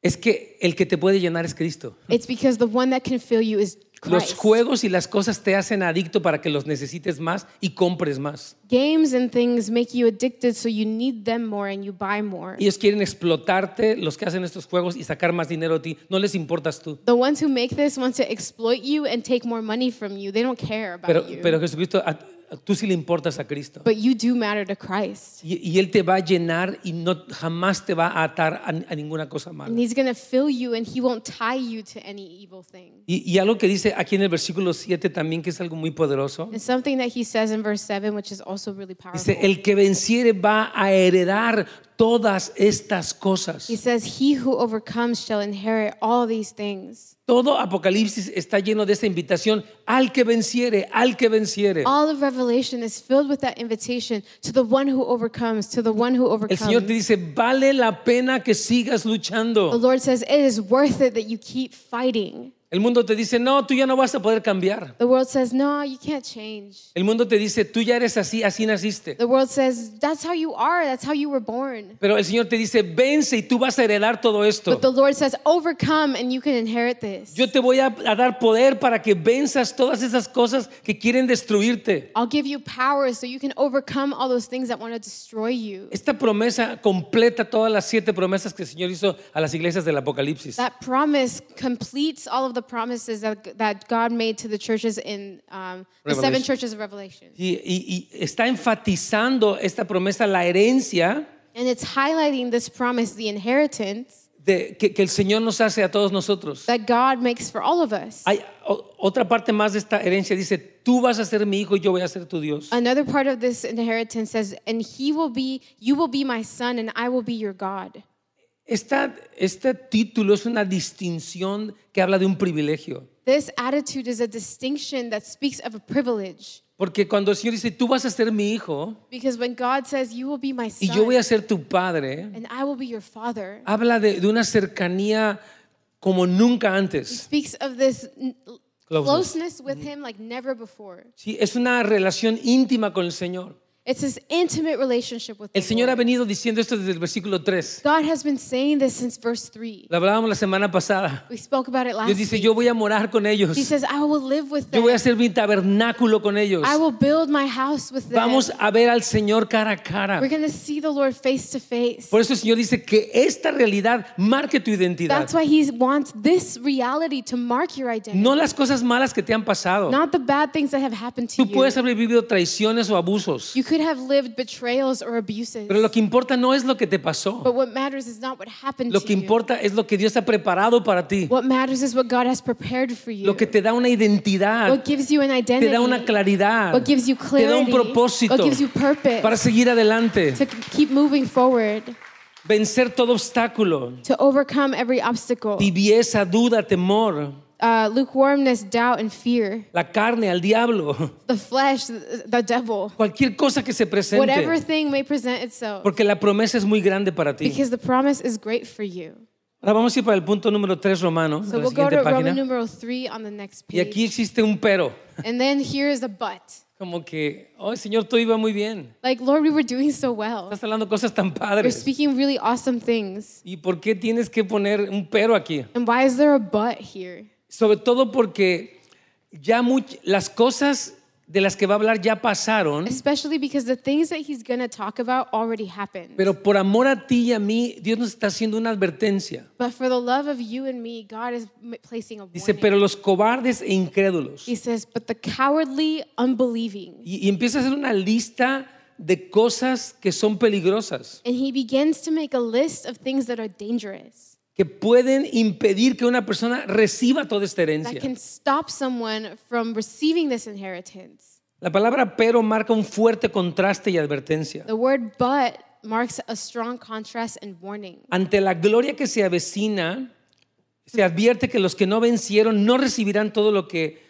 Speaker 2: Es que el que te puede llenar es Cristo.
Speaker 3: It's because the one that can fill you is
Speaker 2: Los
Speaker 3: Christ.
Speaker 2: juegos y las cosas te hacen adicto para que los necesites más y compres más.
Speaker 3: Games and things make you addicted, so you need them more and you buy more.
Speaker 2: Ellos quieren explotarte, los que hacen estos juegos, y sacar más dinero a ti. No les importas tú.
Speaker 3: The ones who make this want to exploit you and take more money from you. They don't care about
Speaker 2: Pero,
Speaker 3: you.
Speaker 2: pero Jesucristo, a- a- tú sí le importas a Cristo.
Speaker 3: but you do matter to Christ.
Speaker 2: Y, y Él te va a llenar y no, jamás te va a atar a, a ninguna cosa
Speaker 3: And
Speaker 2: mala.
Speaker 3: He's going to fill you and He won't tie you to any evil thing.
Speaker 2: Y, y algo que dice aquí en el versículo 7 también, que es algo muy poderoso.
Speaker 3: And something that He says in verse 7, which is also really powerful.
Speaker 2: Dice, el que venciere va a heredar todas estas cosas.
Speaker 3: He says, He who overcomes shall inherit all these things.
Speaker 2: Todo Apocalipsis está lleno de esa invitación al que venciere, al que venciere.
Speaker 3: All of Revelation is filled with that invitation to the one who overcomes, to the one who
Speaker 2: El Señor te
Speaker 3: overcomes.
Speaker 2: dice, vale la pena que sigas
Speaker 3: The
Speaker 2: luchando.
Speaker 3: Lord says, It is worth it that you keep fighting.
Speaker 2: El mundo te dice, no, tú ya no vas a poder cambiar.
Speaker 3: The world says, No, you can't change.
Speaker 2: El mundo te dice, tú ya eres así, así naciste.
Speaker 3: The world says, that's how you are, that's how you were born.
Speaker 2: Pero el Señor te dice, vence y tú vas a heredar todo esto.
Speaker 3: But the Lord says, overcome and you can inherit this.
Speaker 2: Yo te voy a, a dar poder para que venzas todas esas cosas que quieren destruirte.
Speaker 3: I'll give you power so you can overcome all those things that want to destroy you.
Speaker 2: Esta promesa completa todas las siete promesas que el Señor hizo a las iglesias del Apocalipsis.
Speaker 3: That promise completes all of the promises that, that God made to the churches in um, the seven
Speaker 2: Revelation.
Speaker 3: churches of Revelation.
Speaker 2: Y, y- y está enfatizando esta promesa, la herencia
Speaker 3: And it's highlighting this promise, the inheritance
Speaker 2: de, que, que el Señor nos hace a todos nosotros.
Speaker 3: that God makes for all of us.
Speaker 2: Hay o- otra parte más de esta herencia, dice, tú vas a ser mi hijo y yo voy a ser tu Dios.
Speaker 3: Another part of this inheritance says, and he will be, you will be my son, and I will be your God.
Speaker 2: Esta- este título es una distinción que habla de un privilegio.
Speaker 3: This attitude is a distinction that speaks of a privilege.
Speaker 2: Porque cuando el Señor dice, tú vas a ser mi hijo
Speaker 3: Because when God says, You will be my
Speaker 2: y
Speaker 3: son,
Speaker 2: yo voy a ser tu padre,
Speaker 3: and I will be your father,
Speaker 2: habla de, de una cercanía como nunca antes.
Speaker 3: speaks of this n- l-
Speaker 2: Closeness.
Speaker 3: closeness, with Him like never before.
Speaker 2: Sí, es una relación íntima con el Señor.
Speaker 3: It's this intimate relationship with
Speaker 2: El
Speaker 3: the
Speaker 2: Señor ha
Speaker 3: Lord.
Speaker 2: venido diciendo esto desde el versículo 3.
Speaker 3: God has been saying this since verse 3.
Speaker 2: Lo hablábamos la semana pasada.
Speaker 3: We spoke about it last
Speaker 2: Dios dice,
Speaker 3: week.
Speaker 2: yo voy a morar con ellos.
Speaker 3: He says, I will live with
Speaker 2: Yo
Speaker 3: them.
Speaker 2: voy a hacer mi tabernáculo con ellos.
Speaker 3: I will build my house with them.
Speaker 2: Vamos a ver al Señor cara a cara.
Speaker 3: We're going to see the Lord face to face.
Speaker 2: Por eso el Señor dice que esta realidad marque tu identidad.
Speaker 3: That's why He wants this reality to mark your identity,
Speaker 2: No las cosas malas que te han pasado.
Speaker 3: not the bad things that have happened to
Speaker 2: Tú
Speaker 3: you.
Speaker 2: puedes haber vivido traiciones o abusos,
Speaker 3: You could have lived betrayals or abuses.
Speaker 2: pero lo que importa no es lo que te pasó.
Speaker 3: But what matters is not what happened
Speaker 2: Lo
Speaker 3: to
Speaker 2: que
Speaker 3: you.
Speaker 2: importa es lo que Dios ha preparado para ti.
Speaker 3: What matters is what God has prepared for you.
Speaker 2: Lo que te da una identidad,
Speaker 3: what gives you an
Speaker 2: te
Speaker 3: identity.
Speaker 2: da una claridad,
Speaker 3: what gives you
Speaker 2: te da
Speaker 3: clarity.
Speaker 2: un propósito
Speaker 3: what gives you purpose
Speaker 2: para seguir adelante,
Speaker 3: to keep moving forward,
Speaker 2: vencer todo obstáculo,
Speaker 3: to overcome every obstacle.
Speaker 2: tibieza, duda, temor,
Speaker 3: Uh, lukewarmness, doubt, and fear.
Speaker 2: la carne, al diablo,
Speaker 3: The flesh, the, the devil.
Speaker 2: cualquier cosa que se
Speaker 3: Whatever
Speaker 2: presente,
Speaker 3: thing may present itself.
Speaker 2: porque la promesa es muy grande para ti.
Speaker 3: Because the promise is great for you.
Speaker 2: Ahora vamos a ir para el punto número 3 romano,
Speaker 3: So
Speaker 2: en la
Speaker 3: we'll go to
Speaker 2: siguiente
Speaker 3: Roman
Speaker 2: página.
Speaker 3: numeral 3 on the next
Speaker 2: Y
Speaker 3: page.
Speaker 2: aquí existe un pero.
Speaker 3: And then here is a but.
Speaker 2: Como que, oh, Señor, todo iba muy bien.
Speaker 3: Like, Lord, we were doing so well.
Speaker 2: Estás hablando cosas tan
Speaker 3: We're
Speaker 2: padres.
Speaker 3: speaking really awesome things.
Speaker 2: ¿Y por qué tienes que poner un pero aquí?
Speaker 3: And why
Speaker 2: Mm-hmm.
Speaker 3: is there a but here?
Speaker 2: Sobre todo porque ya much- las cosas de las que va a hablar ya pasaron,
Speaker 3: especially because the things that he's going to talk about already happened.
Speaker 2: pero por amor a ti y a mí, Dios nos está haciendo una advertencia.
Speaker 3: But for the love of you and me, God is m- placing a
Speaker 2: Dice,
Speaker 3: warning.
Speaker 2: pero los cobardes e incrédulos.
Speaker 3: he says, but the cowardly, unbelieving.
Speaker 2: Y, y empieza a hacer una lista de cosas que son peligrosas,
Speaker 3: And he begins to make a list of things that are dangerous,
Speaker 2: que pueden impedir que una persona reciba toda esta
Speaker 3: that
Speaker 2: herencia.
Speaker 3: can stop someone from receiving this inheritance.
Speaker 2: La palabra pero marca un fuerte contraste y advertencia.
Speaker 3: The word but marks a strong contrast and warning.
Speaker 2: Ante la gloria que se avecina, se advierte que los que no vencieron no recibirán todo lo que,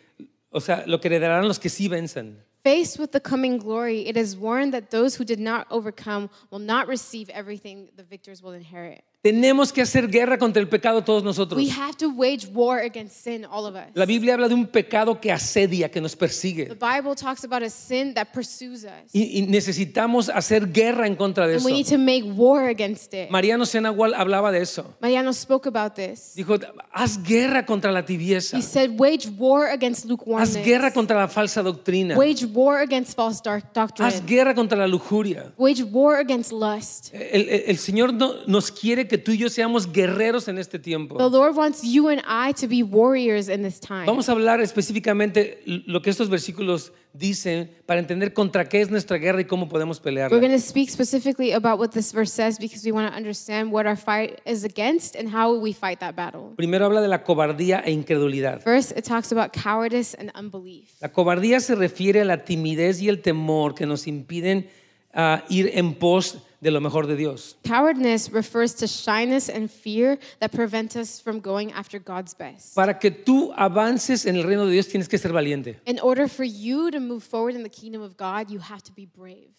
Speaker 2: o sea, lo que heredarán los que sí vencen.
Speaker 3: Faced with the coming glory, it is warned that those who did not overcome will not receive everything the victors will inherit.
Speaker 2: Tenemos que hacer guerra contra el pecado todos nosotros.
Speaker 3: We have to wage war against sin, all of us.
Speaker 2: La Biblia habla de un pecado que asedia, que nos
Speaker 3: The
Speaker 2: persigue.
Speaker 3: Bible talks about a sin that pursues us.
Speaker 2: Y, y necesitamos hacer guerra en contra de
Speaker 3: And
Speaker 2: eso.
Speaker 3: we need to make war against it.
Speaker 2: Mariano Senagual hablaba de eso.
Speaker 3: Mariano spoke about this.
Speaker 2: Dijo, haz guerra contra la tibieza.
Speaker 3: He said, wage war against
Speaker 2: Haz guerra
Speaker 3: lukewarmness.
Speaker 2: contra la falsa doctrina.
Speaker 3: Wage war against false dark
Speaker 2: Haz
Speaker 3: doctrine.
Speaker 2: guerra contra la lujuria.
Speaker 3: Wage war against lust.
Speaker 2: El, el- el Señor no- nos quiere que tú y yo seamos guerreros en este
Speaker 3: The
Speaker 2: tiempo.
Speaker 3: Lord wants you and I to be warriors in this time.
Speaker 2: Vamos a hablar específicamente lo que estos versículos dicen para entender contra qué es nuestra guerra y cómo podemos
Speaker 3: We're
Speaker 2: pelearla.
Speaker 3: going to speak specifically about what this verse says because we want to understand what our fight is against and how we fight that battle.
Speaker 2: Primero habla de la cobardía e incredulidad.
Speaker 3: First, it talks about cowardice and unbelief.
Speaker 2: La cobardía se refiere a la timidez y el temor que nos impiden ah, ir en pos de lo mejor de Dios.
Speaker 3: Cowardness refers to shyness and fear that prevent us from going after God's best.
Speaker 2: Para que tú avances en el reino de Dios tienes que ser valiente.
Speaker 3: In order for you to move forward in the kingdom of God, you have to be brave.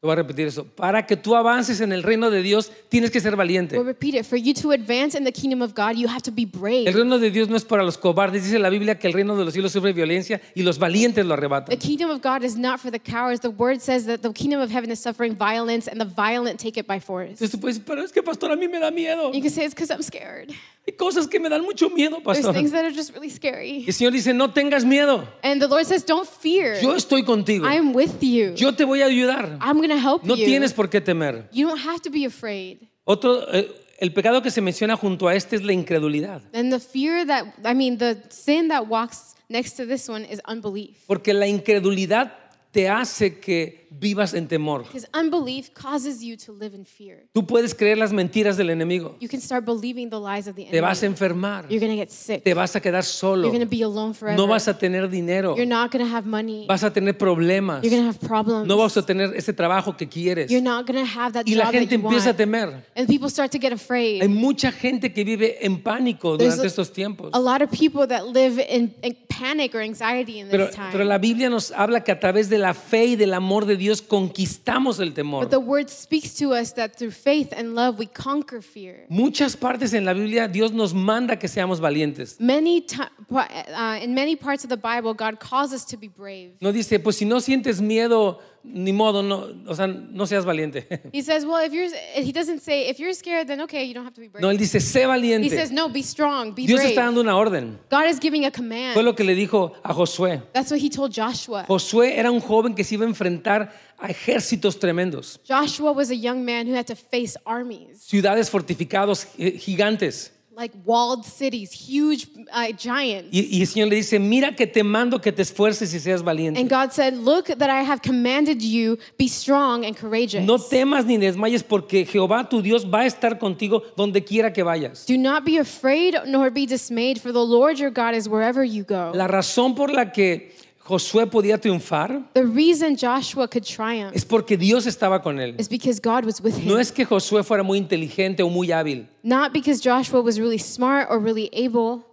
Speaker 2: Te voy a repetir eso. Para que tú avances en el reino de Dios tienes que ser valiente.
Speaker 3: We'll repeat it. For you to advance in the kingdom of God, you have to be
Speaker 2: El
Speaker 3: brave.
Speaker 2: reino de Dios no es para los cobardes. Dice la Biblia que el reino de los cielos sufre violencia y los valientes lo
Speaker 3: The
Speaker 2: arrebatan.
Speaker 3: kingdom of God is not for the cowards. The word says that the kingdom of heaven is suffering violence, and the violent take it by force.
Speaker 2: Entonces tú puedes decir, pero es que pastor, a mí me da miedo.
Speaker 3: You can say it's because I'm scared.
Speaker 2: Hay cosas que me dan mucho miedo,
Speaker 3: There's
Speaker 2: pastor.
Speaker 3: things that are just really
Speaker 2: Y
Speaker 3: scary.
Speaker 2: el Señor dice, no tengas miedo.
Speaker 3: And the Lord says, Don't fear.
Speaker 2: Yo estoy contigo.
Speaker 3: I am with you.
Speaker 2: Yo te voy a ayudar.
Speaker 3: I'm going to help
Speaker 2: No
Speaker 3: you.
Speaker 2: tienes por qué temer.
Speaker 3: You don't have to be afraid.
Speaker 2: Otro, eh, el pecado que se menciona junto a este es la incredulidad.
Speaker 3: And the fear that, I mean, the sin that walks next to this one is unbelief.
Speaker 2: Porque la incredulidad te hace que vivas en temor.
Speaker 3: Because unbelief causes you to live in fear.
Speaker 2: Tú puedes creer las mentiras del enemigo.
Speaker 3: You can start believing the lies of the
Speaker 2: Te vas a
Speaker 3: enemy.
Speaker 2: enfermar.
Speaker 3: You're going to get sick.
Speaker 2: Te vas a quedar solo.
Speaker 3: You're going to be alone forever.
Speaker 2: No vas a tener dinero.
Speaker 3: You're not going to have money.
Speaker 2: Vas a tener problemas.
Speaker 3: You're going to have problems.
Speaker 2: No vas a tener ese trabajo que quieres.
Speaker 3: You're not going to have that
Speaker 2: Y la
Speaker 3: job that
Speaker 2: gente
Speaker 3: you
Speaker 2: empieza a
Speaker 3: want.
Speaker 2: temer.
Speaker 3: And people start to get
Speaker 2: Hay
Speaker 3: afraid.
Speaker 2: mucha gente que vive en pánico
Speaker 3: There's
Speaker 2: durante
Speaker 3: a-
Speaker 2: estos tiempos.
Speaker 3: A lot of people that live in, in panic or anxiety in
Speaker 2: Pero,
Speaker 3: this time.
Speaker 2: pero la Biblia nos habla que a través de la fe y del amor de Dios conquistamos el temor.
Speaker 3: But the word speaks to us that through faith and love we conquer fear.
Speaker 2: Muchas partes en la Biblia Dios nos manda que seamos valientes.
Speaker 3: Many ti- pa- uh, in many parts of the Bible, God calls us to be brave.
Speaker 2: No dice, pues si no sientes miedo, ni modo, no, o sea, no seas valiente.
Speaker 3: He says, "Well, if you're," He doesn't say, "If you're scared, then okay, you don't have to be brave."
Speaker 2: No, él dice, sé
Speaker 3: he says,
Speaker 2: valiente.
Speaker 3: "No, be strong, be
Speaker 2: Dios
Speaker 3: brave."
Speaker 2: está dando una orden.
Speaker 3: God is giving a command.
Speaker 2: Fue lo que le dijo a Josué.
Speaker 3: That's what He told Joshua.
Speaker 2: Josué era un joven que se iba a enfrentar a ejércitos tremendos,
Speaker 3: Joshua was a young man who had to face armies,
Speaker 2: ciudades fortificadas eh, gigantes.
Speaker 3: like walled cities, huge uh, giants.
Speaker 2: Y, y el Señor le dice, mira que te mando que te esfuerces y seas
Speaker 3: And
Speaker 2: valiente.
Speaker 3: God said, "Look, that I have commanded you: be strong and courageous."
Speaker 2: No temas ni desmayes porque Jehová tu Dios va a estar contigo donde quiera que vayas.
Speaker 3: Do not be afraid nor be dismayed, for the Lord your God is wherever you go.
Speaker 2: La razón por la que Josué podía triunfar
Speaker 3: the reason Joshua could triumph
Speaker 2: es porque Dios estaba con él.
Speaker 3: is because God was with him,
Speaker 2: No es que Josué fuera muy inteligente o muy hábil.
Speaker 3: not because Joshua was really smart or really able.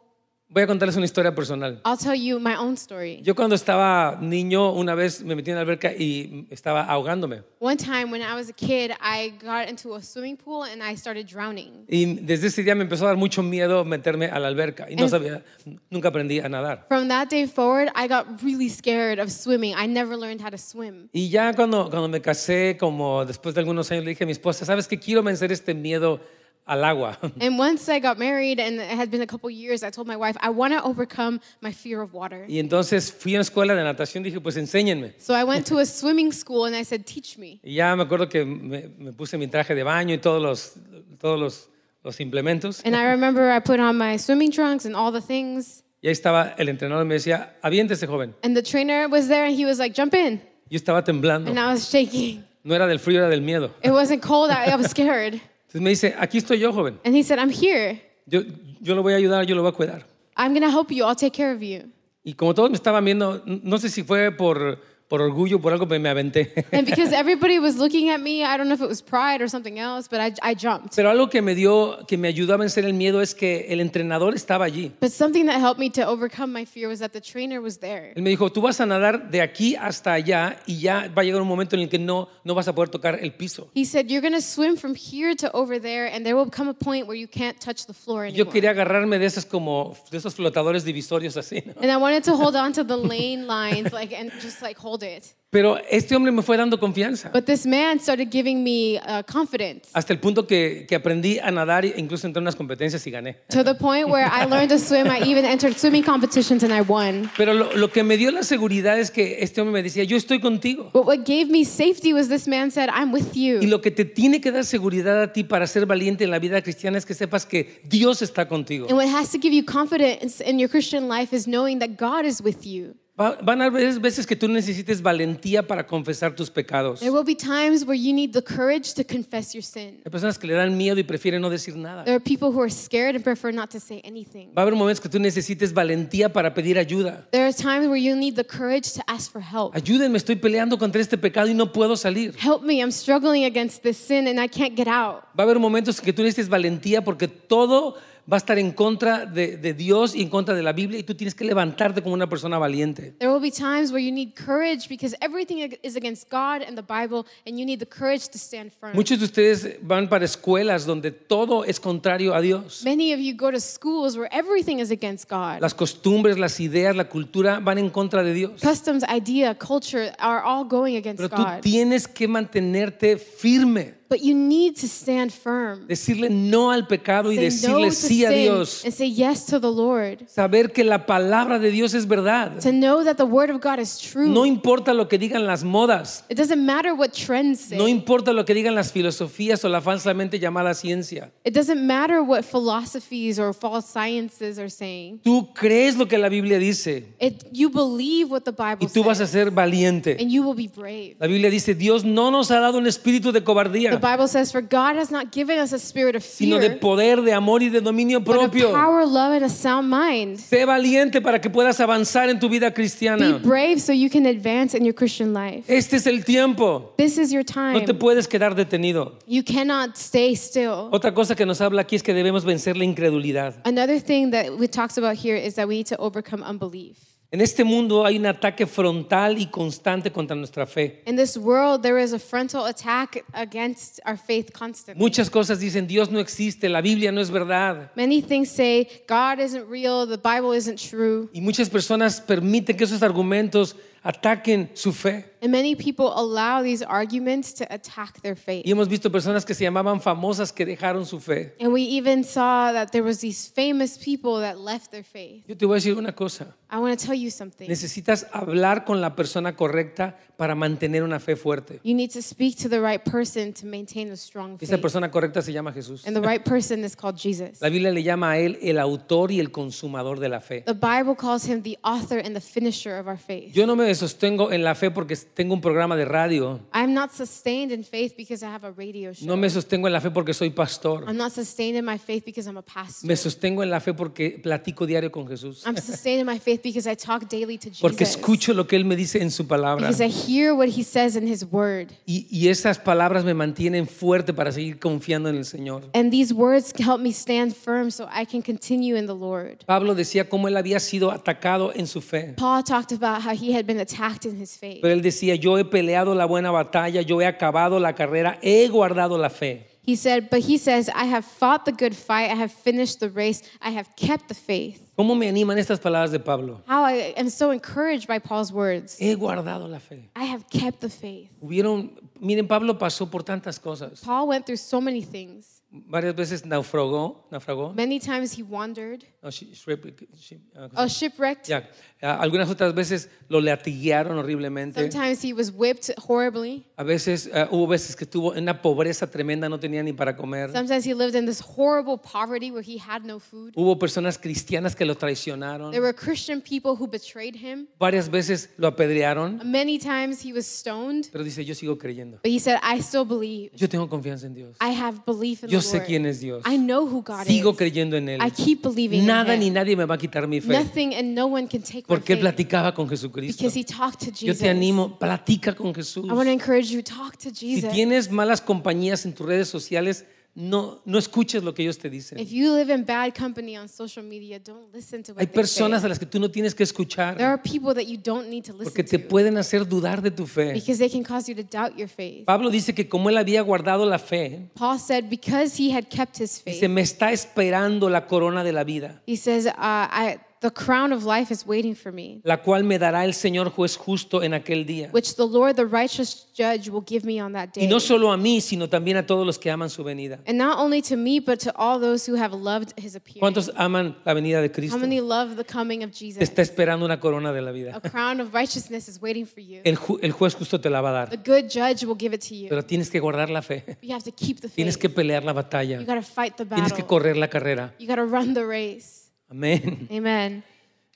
Speaker 2: Voy a contarles una historia personal.
Speaker 3: I'll tell you my own story.
Speaker 2: Yo cuando estaba niño, una vez me metí en la alberca y estaba ahogándome.
Speaker 3: One time when I was a kid, I got into a swimming pool and I started drowning.
Speaker 2: Y desde ese día me empezó a dar mucho miedo meterme a la alberca y no
Speaker 3: En-
Speaker 2: sabía, nunca aprendí a nadar.
Speaker 3: From that day forward, I got really scared of swimming. I never learned how to swim.
Speaker 2: Y ya cuando, cuando me casé, como después de algunos años, le dije a mi esposa, ¿sabes qué? Quiero vencer este miedo al agua.
Speaker 3: And once I got married, and it had been a couple years, I told my wife, I want to overcome my fear of water.
Speaker 2: Y entonces fui a una escuela de natación, dije, pues enséñenme.
Speaker 3: So I went to a swimming school and I said, Teach me.
Speaker 2: Y ya me acuerdo que me, me puse mi traje de baño y todos los, todos los, los implementos.
Speaker 3: And I remember I put on my swimming trunks and all the things.
Speaker 2: Y ahí estaba el entrenador y me decía, aviéntese, joven.
Speaker 3: And the trainer was there and he was like, Jump in.
Speaker 2: Yo estaba temblando.
Speaker 3: And I was shaking.
Speaker 2: No era del frío, era del miedo.
Speaker 3: It wasn't cold, I, I was scared.
Speaker 2: Entonces me dice, aquí estoy yo, joven.
Speaker 3: And he said, I'm here.
Speaker 2: Yo, yo lo voy a ayudar, yo lo voy a cuidar.
Speaker 3: I'm going to help you. I'll take care of you.
Speaker 2: Y como todos me estaban viendo, n- no sé si fue por, por orgullo, por algo, pero me aventé.
Speaker 3: And because everybody was looking at me, I don't know if it was pride or something else, but I, I jumped.
Speaker 2: Pero algo que me dio, que me ayudó a vencer el miedo es que el entrenador estaba allí.
Speaker 3: But something that helped me to overcome my fear was that the trainer was there.
Speaker 2: Él me dijo, tú vas a nadar de aquí hasta allá y ya va a llegar un momento en el que no, no vas a poder tocar el piso.
Speaker 3: He said, You're going to swim from here to over there, and there will come a point where you can't touch the floor
Speaker 2: Y Yo
Speaker 3: anymore.
Speaker 2: quería agarrarme de esos como de esos flotadores divisorios así. ¿no?
Speaker 3: And I wanted to hold on to the lane lines like, and just like hold it.
Speaker 2: Pero este hombre me fue dando confianza
Speaker 3: But this man started giving me uh, confidence
Speaker 2: hasta el punto que, que aprendí a nadar e incluso entré en unas competencias y gané.
Speaker 3: to the point where I learned to swim. I even entered swimming competitions and I won.
Speaker 2: Pero lo, lo que me dio la seguridad es que este hombre me decía, yo estoy contigo.
Speaker 3: But what gave me safety was this man said, I'm with
Speaker 2: Y
Speaker 3: you.
Speaker 2: lo que te tiene que dar seguridad a ti para ser valiente en la vida cristiana es que sepas que Dios está contigo.
Speaker 3: And what has to give you confidence in your Christian life is knowing that God is with you.
Speaker 2: Va- van a haber veces que tú necesites valentía para confesar tus pecados.
Speaker 3: There will be times where you need the courage to confess your sin.
Speaker 2: Hay personas que le dan miedo y prefieren no decir nada.
Speaker 3: There are people who are scared and prefer not to say anything.
Speaker 2: Va a haber momentos que tú necesites valentía para pedir ayuda.
Speaker 3: There are times where you need the courage to ask for help.
Speaker 2: Ayúdenme, estoy peleando contra este pecado y no puedo salir.
Speaker 3: Help me, I'm struggling against this sin and I can't get out.
Speaker 2: Va a haber momentos que tú necesites valentía porque todo va a estar en contra de, de Dios y en contra de la Biblia y tú tienes que levantarte como una persona valiente.
Speaker 3: There will be times where you need courage because everything ag- is against God and the Bible, and you need the courage to stand firm.
Speaker 2: Muchos de ustedes van para escuelas donde todo es contrario a Dios.
Speaker 3: Many of you go to schools where everything is against God.
Speaker 2: Las costumbres, las ideas, la cultura van en contra de Dios.
Speaker 3: Customs, idea, culture are all going against
Speaker 2: Pero tú
Speaker 3: God.
Speaker 2: tienes que mantenerte firme,
Speaker 3: But you need to stand firm.
Speaker 2: decirle no al pecado y
Speaker 3: Say no
Speaker 2: decirle
Speaker 3: to
Speaker 2: sí a
Speaker 3: sin
Speaker 2: Dios.
Speaker 3: and say yes to the Lord.
Speaker 2: Saber que la palabra de Dios es verdad.
Speaker 3: To know that the word of God is true.
Speaker 2: No importa lo que digan las modas,
Speaker 3: it doesn't matter what trends say.
Speaker 2: no importa lo que digan las filosofías o la falsamente llamada ciencia.
Speaker 3: It doesn't matter what philosophies or false sciences are saying.
Speaker 2: Tú crees lo que la Biblia dice
Speaker 3: It, you believe what the
Speaker 2: y
Speaker 3: Bible
Speaker 2: tú vas a
Speaker 3: says,
Speaker 2: ser valiente.
Speaker 3: and you will be brave.
Speaker 2: La Biblia dice, Dios no nos ha dado un espíritu de
Speaker 3: The
Speaker 2: cobardía,
Speaker 3: Bible says, "For God has not given us a spirit of
Speaker 2: sino de
Speaker 3: fear,
Speaker 2: poder, de amor y de dominio
Speaker 3: but of
Speaker 2: propio.
Speaker 3: power, love, and a sound mind."
Speaker 2: Sé valiente para que puedas avanzar en tu vida
Speaker 3: Be
Speaker 2: cristiana.
Speaker 3: brave so you can advance in your Christian life.
Speaker 2: Este es el tiempo.
Speaker 3: This is your
Speaker 2: No te
Speaker 3: time.
Speaker 2: puedes quedar detenido.
Speaker 3: You cannot stay still.
Speaker 2: Otra cosa que nos habla aquí es que debemos vencer la incredulidad.
Speaker 3: Another thing that we talks about here is that we need to overcome unbelief.
Speaker 2: En este mundo hay un ataque frontal y constante contra nuestra fe.
Speaker 3: In this world, there is a frontal attack against our faith constantly.
Speaker 2: Muchas cosas dicen Dios no existe, la Biblia no es verdad.
Speaker 3: Many things say God isn't real, the Bible isn't true,
Speaker 2: Y muchas personas permiten que esos argumentos ataquen su fe.
Speaker 3: and many people allow these arguments to attack their
Speaker 2: Y
Speaker 3: faith.
Speaker 2: hemos visto personas que se llamaban famosas que dejaron su fe.
Speaker 3: And we even saw that there was these famous people that left their faith.
Speaker 2: Yo te voy a decir una cosa.
Speaker 3: I want to tell you something.
Speaker 2: Necesitas hablar con la persona correcta para mantener una fe fuerte.
Speaker 3: You need to speak to the right person to maintain a strong
Speaker 2: Esa
Speaker 3: faith.
Speaker 2: persona correcta se llama Jesús.
Speaker 3: And the right person is called Jesus.
Speaker 2: La Biblia le llama a él el autor y el consumador de la fe.
Speaker 3: The Bible calls him the author and the finisher of our faith.
Speaker 2: Yo no me sostengo en la fe porque tengo un programa de radio.
Speaker 3: I'm not sustained in faith because I have a radio show.
Speaker 2: No me sostengo en la fe porque soy pastor.
Speaker 3: I'm not sustained in my faith because I'm a pastor.
Speaker 2: Me sostengo en la fe porque platico diario con Jesús.
Speaker 3: I'm sustained in my faith because I talk daily to Jesus.
Speaker 2: Porque escucho lo que Él me dice en su palabra.
Speaker 3: Because I hear what he says in his word.
Speaker 2: Y, y esas palabras me mantienen fuerte para seguir confiando en el Señor.
Speaker 3: And these words help me stand firm so I can continue in the Lord.
Speaker 2: Pablo decía cómo él había sido atacado en su fe.
Speaker 3: Paul talked about how he had been attacked in his faith.
Speaker 2: Pero él decía, yo he peleado la buena batalla, yo he acabado la carrera, he guardado la fe.
Speaker 3: He said, but he says, I have fought the good fight, I have finished the race, I have kept the faith.
Speaker 2: ¿Cómo me animan estas palabras de Pablo?
Speaker 3: How I am so encouraged by Paul's words.
Speaker 2: He guardado la fe.
Speaker 3: I have kept the faith.
Speaker 2: Hubieron, miren, Pablo pasó por tantas cosas.
Speaker 3: Paul went through so many things.
Speaker 2: varias veces naufragó, naufragó.
Speaker 3: Many times he wandered,
Speaker 2: No, shi- ship- shi- ah,
Speaker 3: uh, shipwrecked.
Speaker 2: ya. Ah, algunas otras veces lo latiguearon horriblemente.
Speaker 3: Sometimes he was whipped horribly.
Speaker 2: A veces ah, hubo veces que estuvo en una pobreza tremenda, no tenía ni para comer.
Speaker 3: Sometimes he lived in this horrible poverty where he had no food.
Speaker 2: Hubo personas cristianas que lo traicionaron.
Speaker 3: There were Christian people who betrayed him.
Speaker 2: Varias veces lo apedrearon,
Speaker 3: Many times he was stoned,
Speaker 2: pero dice, yo sigo creyendo.
Speaker 3: but he said, I still believe.
Speaker 2: Yo tengo confianza en Dios.
Speaker 3: I have belief in
Speaker 2: Yo
Speaker 3: the
Speaker 2: sé
Speaker 3: Lord.
Speaker 2: quién es Dios.
Speaker 3: I know who God
Speaker 2: Sigo
Speaker 3: is.
Speaker 2: creyendo en Él.
Speaker 3: I keep believing
Speaker 2: Nada
Speaker 3: in
Speaker 2: ni
Speaker 3: him.
Speaker 2: nadie me va a quitar mi fe.
Speaker 3: Nothing and no one can take my
Speaker 2: Porque Él
Speaker 3: faith
Speaker 2: platicaba con Jesucristo.
Speaker 3: because he talked to
Speaker 2: Yo
Speaker 3: Jesus.
Speaker 2: te animo, platica con Jesús.
Speaker 3: I want to encourage you, talk to
Speaker 2: Si
Speaker 3: Jesus.
Speaker 2: tienes malas compañías en tus redes sociales, no, no escuches lo que ellos te dicen.
Speaker 3: If you live in bad company on social media, don't listen to what
Speaker 2: Hay
Speaker 3: they
Speaker 2: personas
Speaker 3: say.
Speaker 2: a las que tú no tienes que
Speaker 3: There
Speaker 2: escuchar
Speaker 3: are people that you don't need to listen
Speaker 2: porque te
Speaker 3: to
Speaker 2: pueden hacer dudar de tu fe.
Speaker 3: because they can cause you to doubt your faith.
Speaker 2: Pablo dice que como él había guardado la fe,
Speaker 3: Paul said, because he had kept his faith,
Speaker 2: dice, me está esperando la corona de la vida,
Speaker 3: he says, uh, I, the crown of life is waiting for me,
Speaker 2: la cual me dará el Señor juez justo en aquel día.
Speaker 3: which the Lord, the righteous judge, will give me on that
Speaker 2: Y
Speaker 3: day.
Speaker 2: no solo a mí, sino también a todos los que aman su venida.
Speaker 3: And not only to me, but to all those who have loved his appearance.
Speaker 2: ¿Cuántos aman la venida de
Speaker 3: How
Speaker 2: Cristo?
Speaker 3: many love the coming of
Speaker 2: Te
Speaker 3: Jesus?
Speaker 2: está esperando una corona de la vida.
Speaker 3: A crown of righteousness is waiting for you.
Speaker 2: El, ju- el juez justo te la va a
Speaker 3: The
Speaker 2: dar,
Speaker 3: good judge will give it to you.
Speaker 2: pero tienes que guardar la fe.
Speaker 3: You have to keep the
Speaker 2: Tienes
Speaker 3: faith.
Speaker 2: que pelear la
Speaker 3: You
Speaker 2: batalla.
Speaker 3: got to fight the
Speaker 2: Tienes que
Speaker 3: battle.
Speaker 2: correr la carrera.
Speaker 3: You got to run the race.
Speaker 2: Amén.
Speaker 3: Amen.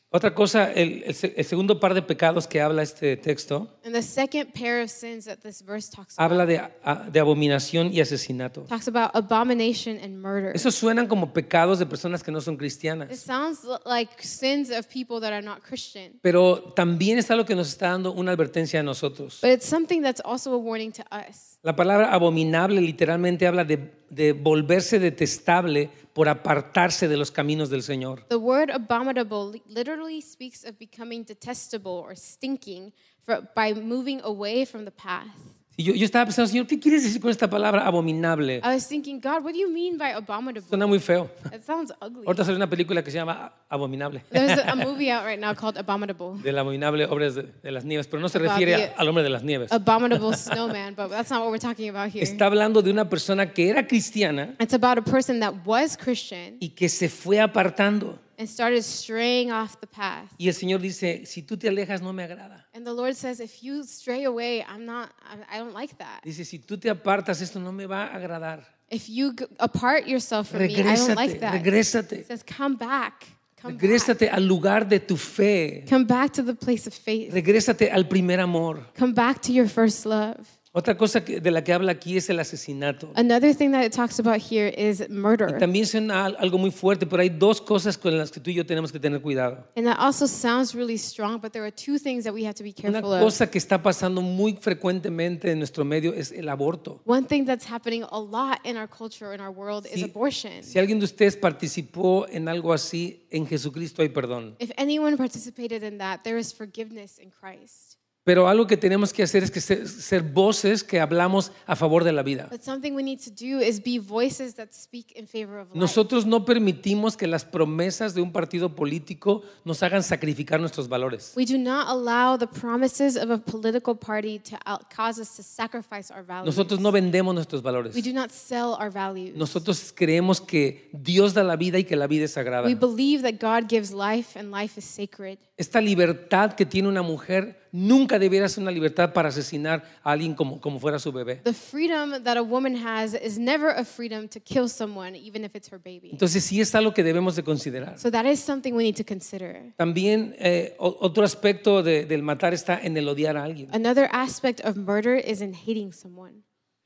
Speaker 2: Otra cosa, el, el se- el segundo par de pecados que habla este texto,
Speaker 3: And the second pair of sins that this verse talks about
Speaker 2: habla de, a- de abominación y asesinato.
Speaker 3: talks about abomination and murder.
Speaker 2: Esos suenan como pecados de personas que no son
Speaker 3: It
Speaker 2: cristianas.
Speaker 3: sounds l- like sins of people that are not Christian,
Speaker 2: Pero también está lo que nos está dando una advertencia a nosotros.
Speaker 3: but it's something that's also a warning to us.
Speaker 2: La palabra abominable literalmente habla de, de volverse detestable por apartarse de los caminos del Señor.
Speaker 3: The word abominable li- literally speaks of becoming detestable or stinking for, by moving away from the path.
Speaker 2: Y yo, yo estaba pensando, Señor, ¿qué quieres decir con esta palabra abominable?
Speaker 3: I was thinking, God, what do you mean by abominable?
Speaker 2: Suena muy feo.
Speaker 3: That sounds ugly.
Speaker 2: Ahorita sale una película que se llama Abominable.
Speaker 3: There's a movie out right now called Abominable.
Speaker 2: Del abominable obras de, de las nieves, pero no se
Speaker 3: About
Speaker 2: refiere
Speaker 3: the-
Speaker 2: a- al hombre de las nieves.
Speaker 3: Abominable snowman, but that's not what we're talking about here.
Speaker 2: Está hablando de una persona que era cristiana
Speaker 3: It's about a person that was Christian
Speaker 2: y que se fue apartando.
Speaker 3: and started straying off the path.
Speaker 2: Y el Señor dice, si tú te alejas no me agrada.
Speaker 3: And the Lord says, if you stray away, I'm not, I- I don't like that.
Speaker 2: Dice, si tú te apartas, esto no me va a agradar.
Speaker 3: If you g- apart yourself from me, I don't
Speaker 2: Regrésate,
Speaker 3: like that.
Speaker 2: regrésate.
Speaker 3: He says, come back. Come back.
Speaker 2: Regrésate al lugar de tu fe.
Speaker 3: Come back to the place of faith.
Speaker 2: Regrésate al primer amor.
Speaker 3: Come back to your first love.
Speaker 2: Otra cosa que- de la que habla aquí es el asesinato.
Speaker 3: Another thing that it talks about here is
Speaker 2: Y
Speaker 3: murder.
Speaker 2: también suena al- algo muy fuerte, pero hay dos cosas con las que tú y yo tenemos que tener cuidado.
Speaker 3: And that also sounds really strong, but there are two things that we have to be
Speaker 2: Una
Speaker 3: careful of.
Speaker 2: cosa que está pasando muy frecuentemente en nuestro medio es el aborto.
Speaker 3: One thing that's happening a lot in our culture, in our world, is
Speaker 2: Si-
Speaker 3: abortion.
Speaker 2: Si alguien de ustedes participó en algo así, en Jesucristo hay perdón.
Speaker 3: If anyone participated in that, there is forgiveness in Christ.
Speaker 2: Pero algo que tenemos que hacer es que ser, ser voces que hablamos a favor de la vida.
Speaker 3: But something we need to do is be voices that speak in favor of life.
Speaker 2: Nosotros no permitimos que las promesas de un partido político nos hagan sacrificar nuestros valores.
Speaker 3: We do not allow the promises of a political party to out- cause us to sacrifice our values.
Speaker 2: Nosotros no vendemos nuestros valores.
Speaker 3: we do not sell our values.
Speaker 2: Nosotros creemos que Dios da la vida y que la vida es sagrada.
Speaker 3: we believe that God gives life and life is sacred.
Speaker 2: Esta libertad que tiene una mujer nunca debiera ser una libertad para asesinar a alguien como, como fuera su bebé.
Speaker 3: The freedom that a woman has is never a freedom to kill someone, even if it's her baby.
Speaker 2: Entonces sí es algo que debemos de considerar.
Speaker 3: So that is something we need to consider.
Speaker 2: También eh, o- otro aspecto de- del matar está en el odiar a alguien.
Speaker 3: Another aspect of murder is in hating someone.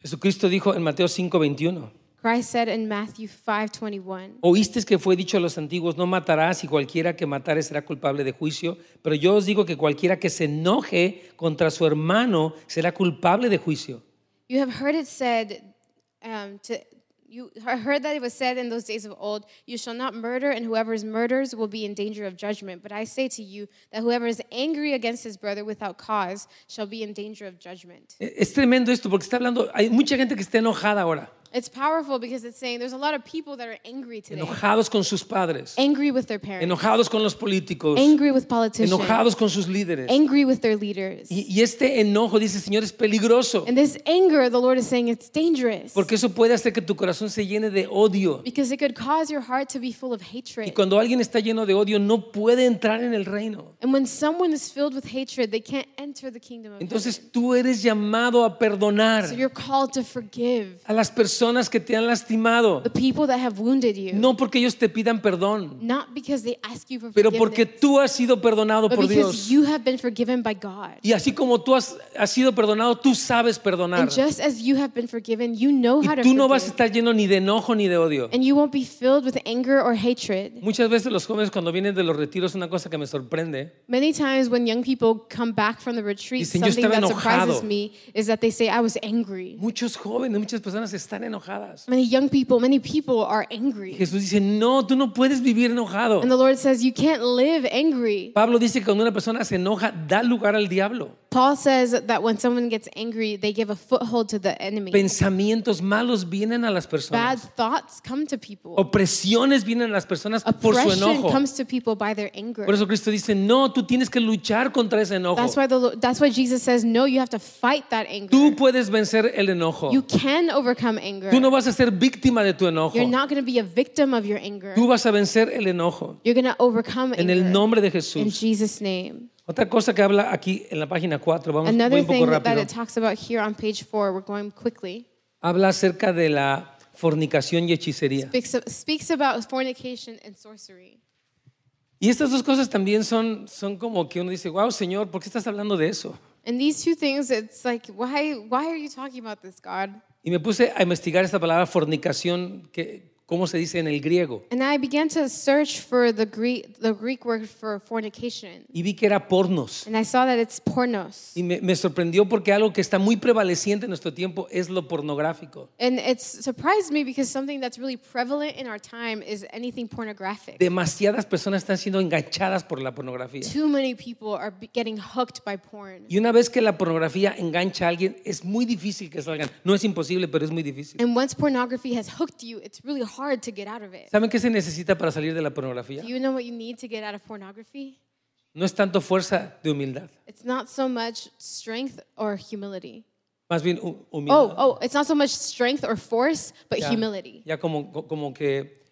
Speaker 2: Jesucristo dijo en Mateo 5:21,
Speaker 3: Christ said in Matthew 5:21,
Speaker 2: oísteis que fue dicho a los antiguos, no matarás y cualquiera que matare será culpable de juicio, pero yo os digo que cualquiera que se enoje contra su hermano será culpable de juicio.
Speaker 3: "You have heard it said um, to you have heard that it was said in those days of old, you shall not murder, and whoever murders will be in danger of judgment. But I say to you that whoever is angry against his brother without cause shall be in danger of judgment."
Speaker 2: E, Eh, Es tremendo esto porque está hablando, hay mucha gente que está enojada ahora.
Speaker 3: It's powerful because it's saying there's a lot of people that are angry today.
Speaker 2: enojados con sus padres,
Speaker 3: Angry with their parents.
Speaker 2: enojados con los políticos,
Speaker 3: Angry with politicians.
Speaker 2: enojados con sus líderes.
Speaker 3: Angry with their leaders.
Speaker 2: Y, y este enojo, dice el Señor, es peligroso,
Speaker 3: And this anger, the Lord is saying, it's dangerous.
Speaker 2: porque eso puede hacer que tu corazón se llene de odio.
Speaker 3: Because it could cause your heart to be full of hatred.
Speaker 2: Y cuando alguien está lleno de odio, no puede entrar en el reino.
Speaker 3: And when someone is filled with hatred, they can't enter the kingdom of God.
Speaker 2: Entonces tú eres llamado a perdonar
Speaker 3: So you're called to forgive
Speaker 2: a las personas que te han lastimado,
Speaker 3: the people that have wounded you.
Speaker 2: no porque ellos te pidan perdón,
Speaker 3: Not because they ask you for
Speaker 2: pero porque
Speaker 3: forgiveness,
Speaker 2: tú has sido perdonado
Speaker 3: but
Speaker 2: por Dios.
Speaker 3: because you have been forgiven by God.
Speaker 2: Y así como tú has, has sido perdonado, tú sabes perdonar.
Speaker 3: And just as you have been forgiven, you know how
Speaker 2: Y
Speaker 3: to
Speaker 2: tú no vas a
Speaker 3: forgive.
Speaker 2: estar lleno ni de enojo ni de odio.
Speaker 3: And you won't be filled with anger or hatred.
Speaker 2: Muchas veces los jóvenes cuando vienen de los retiros, una cosa que me sorprende,
Speaker 3: Many times when young people come back from the retreat,
Speaker 2: Dicen, "Yo
Speaker 3: something that
Speaker 2: estaba
Speaker 3: surprises
Speaker 2: enojado."
Speaker 3: me is that they say, I was angry.
Speaker 2: muchos jóvenes, muchas personas están enojadas.
Speaker 3: Many young people, many people are angry.
Speaker 2: Jesús dice, no, tú no puedes vivir enojado.
Speaker 3: And the Lord says, You can't live angry.
Speaker 2: Pablo dice que cuando una persona se enoja, da lugar al diablo.
Speaker 3: Paul says that when someone gets angry, they give a foothold to the enemy.
Speaker 2: Pensamientos malos vienen a las
Speaker 3: Bad
Speaker 2: personas.
Speaker 3: thoughts come to people,
Speaker 2: Opresiones vienen a las personas por su
Speaker 3: oppression
Speaker 2: enojo.
Speaker 3: comes to people by their
Speaker 2: Por
Speaker 3: anger.
Speaker 2: eso Cristo dice, no, tú tienes que luchar contra ese enojo.
Speaker 3: That's why, the, Lo- that's why Jesus says, No, you have to fight that anger.
Speaker 2: Tú puedes vencer el enojo.
Speaker 3: You can overcome anger.
Speaker 2: Tú no vas a ser víctima de tu enojo.
Speaker 3: You're not going to be a victim of your anger.
Speaker 2: Tú vas a vencer el enojo.
Speaker 3: You're going to overcome
Speaker 2: En el
Speaker 3: anger
Speaker 2: nombre de
Speaker 3: in
Speaker 2: Jesús.
Speaker 3: Jesus' name.
Speaker 2: Otra cosa que habla aquí en la página 4, vamos voy
Speaker 3: Another
Speaker 2: un poco
Speaker 3: thing that
Speaker 2: rápido.
Speaker 3: it talks about here on page four, we're going quickly,
Speaker 2: Habla acerca de la fornicación y hechicería.
Speaker 3: speaks, speaks about fornication and sorcery.
Speaker 2: Y estas dos cosas también son, son como que uno dice, wow, Señor, ¿por qué estás hablando de eso?
Speaker 3: And these two things, it's like, why, why are you talking about this, God?
Speaker 2: Y me puse a investigar esta palabra fornicación, que, cómo se dice en el griego.
Speaker 3: And I began to search for the Greek, the Greek word for fornication.
Speaker 2: Y vi que era pornos.
Speaker 3: And I saw that it's pornos.
Speaker 2: Y me, me sorprendió porque algo que está muy prevaleciente en nuestro tiempo es lo pornográfico.
Speaker 3: And it's surprised me because something that's really prevalent in our time is anything pornographic.
Speaker 2: Demasiadas personas están siendo enganchadas por la pornografía.
Speaker 3: Too many people are be- getting hooked by porn.
Speaker 2: Y una vez que la pornografía engancha a alguien, es muy difícil que salgan. No es imposible, pero es muy difícil.
Speaker 3: And once pornography has hooked you, it's really hard to get out of it.
Speaker 2: ¿Saben qué se necesita para salir de la pornografía?
Speaker 3: Do you know what you need to get out of pornography?
Speaker 2: No es tanto fuerza de humildad,
Speaker 3: It's not so much strength or humility.
Speaker 2: más bien hu- humildad.
Speaker 3: Oh, oh, it's not so much strength or force, but
Speaker 2: ya,
Speaker 3: humility.
Speaker 2: ya como, co- como que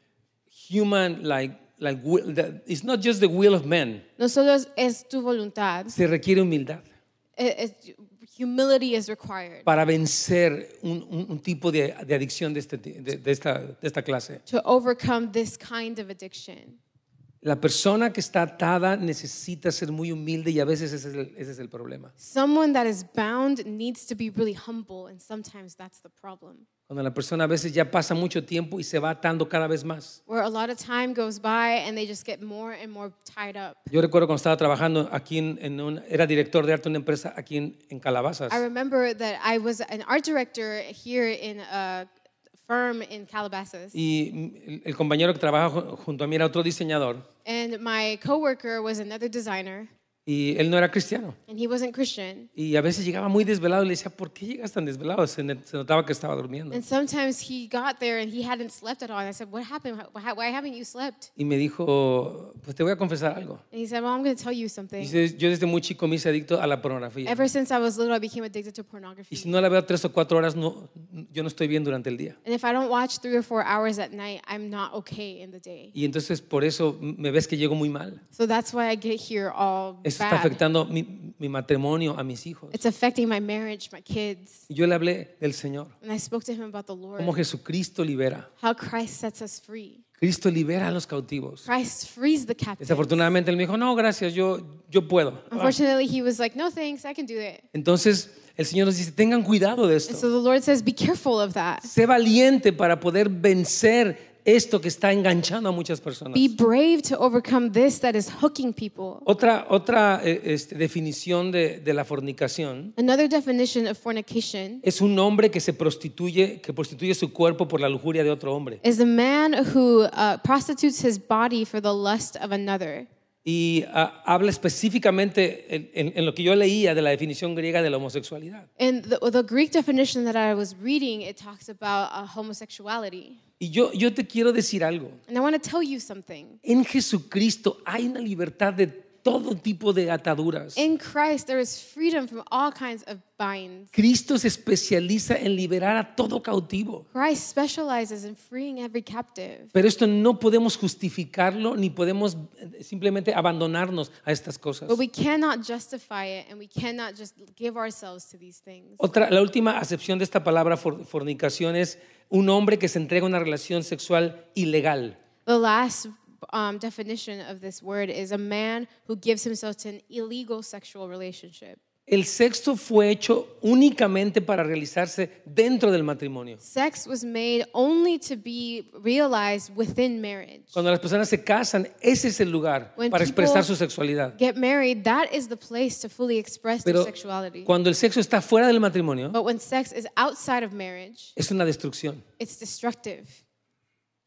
Speaker 2: human, like, like will- that- it's not just the will of man,
Speaker 3: No solo es, es tu voluntad.
Speaker 2: se requiere humildad
Speaker 3: It- it- humility is required
Speaker 2: para vencer un, un- un tipo de, de adicción de, este ti- de- de esta, de esta clase.
Speaker 3: to overcome this kind of addiction.
Speaker 2: La persona que está atada necesita ser muy humilde y a veces ese es el, ese es el problema.
Speaker 3: Someone that is bound needs to be really humble, and sometimes that's the problem.
Speaker 2: Cuando la persona a veces ya pasa mucho tiempo y se va atando cada vez más.
Speaker 3: Where a lot of time goes by and they just get more and more tied up.
Speaker 2: Yo recuerdo cuando estaba trabajando aquí en, en un- era director de arte en una empresa aquí en, en Calabazas.
Speaker 3: I remember that I was an art director here in a firm in Calabasas,
Speaker 2: Y mm, el, el compañero que trabaja ju- junto a mí era otro diseñador
Speaker 3: and my coworker was another designer,
Speaker 2: y él no era cristiano.
Speaker 3: and he wasn't Christian.
Speaker 2: Y a veces llegaba muy desvelado y le decía, ¿por qué llegas tan desvelado? Se, ne- se notaba que estaba durmiendo.
Speaker 3: And sometimes he got there and he hadn't slept at all. And I said, "What happened? Why, why haven't you slept?"
Speaker 2: Y me dijo, pues te voy a confesar algo.
Speaker 3: And he said, "Well, I'm going to tell you something.
Speaker 2: Dice, yo desde muy chico me hice adicto a la pornografía.
Speaker 3: Ever since I was little, I became addicted to
Speaker 2: Y si
Speaker 3: pornography.
Speaker 2: no la veo tres o cuatro horas, no, yo no estoy bien durante el día.
Speaker 3: And if I don't watch three or four hours at night, I'm not okay in the day.
Speaker 2: Y entonces por eso me ves que llego muy mal.
Speaker 3: So that's why I get here all
Speaker 2: Eso está
Speaker 3: bad.
Speaker 2: afectando mi, mi matrimonio, a mis hijos.
Speaker 3: It's affecting my marriage, my kids."
Speaker 2: Y Yo le hablé del Señor,
Speaker 3: And I spoke to him about the Lord.
Speaker 2: cómo Jesucristo libera.
Speaker 3: how Christ sets us free.
Speaker 2: Cristo libera a los cautivos.
Speaker 3: Christ frees the captive.
Speaker 2: Desafortunadamente él me dijo, no, gracias, yo, yo puedo.
Speaker 3: Unfortunately, he was like, no thanks, I can do it.
Speaker 2: Entonces el Señor nos dice, tengan cuidado de
Speaker 3: And
Speaker 2: esto.
Speaker 3: so the Lord says, be careful of that.
Speaker 2: Sé valiente para poder vencer esto que está enganchando a muchas personas.
Speaker 3: Be brave to overcome this that is hooking people.
Speaker 2: Otra, otra eh, este, definición de, de la fornicación
Speaker 3: Another definition of fornication
Speaker 2: es un hombre que se prostituye, que prostituye su cuerpo por la lujuria de otro hombre.
Speaker 3: is a man who uh, prostitutes his body for the lust of another.
Speaker 2: y ah, habla específicamente en, en- en lo que yo leía de la definición griega de la homosexualidad.
Speaker 3: In the, the Greek definition that I was reading, it talks about uh, homosexuality.
Speaker 2: Y yo, yo te quiero decir algo.
Speaker 3: And I want to tell you something.
Speaker 2: En Jesucristo hay una libertad de todo tipo de ataduras.
Speaker 3: In Christ, there is freedom from all kinds of binds.
Speaker 2: Cristo se especializa en liberar a todo cautivo.
Speaker 3: Christ specializes in freeing every captive.
Speaker 2: Pero esto no podemos justificarlo ni podemos eh, simplemente abandonarnos a estas cosas.
Speaker 3: But we cannot justify it and we cannot just give ourselves to these things.
Speaker 2: Otra, la última acepción de esta palabra for- fornicación es un hombre que se entrega a una relación sexual ilegal.
Speaker 3: The last um, definition of this word is a man who gives himself to an illegal sexual relationship.
Speaker 2: El sexo fue hecho únicamente para realizarse dentro del matrimonio.
Speaker 3: Sex was made only to be realized within marriage.
Speaker 2: Cuando las personas se casan, ese es el lugar
Speaker 3: When
Speaker 2: para
Speaker 3: people
Speaker 2: expresar su sexualidad.
Speaker 3: Get married, that is the place to fully express their
Speaker 2: Pero
Speaker 3: sexuality. Oh.
Speaker 2: cuando el sexo está fuera del matrimonio,
Speaker 3: But when sex is outside of marriage,
Speaker 2: es una destrucción.
Speaker 3: it's destructive.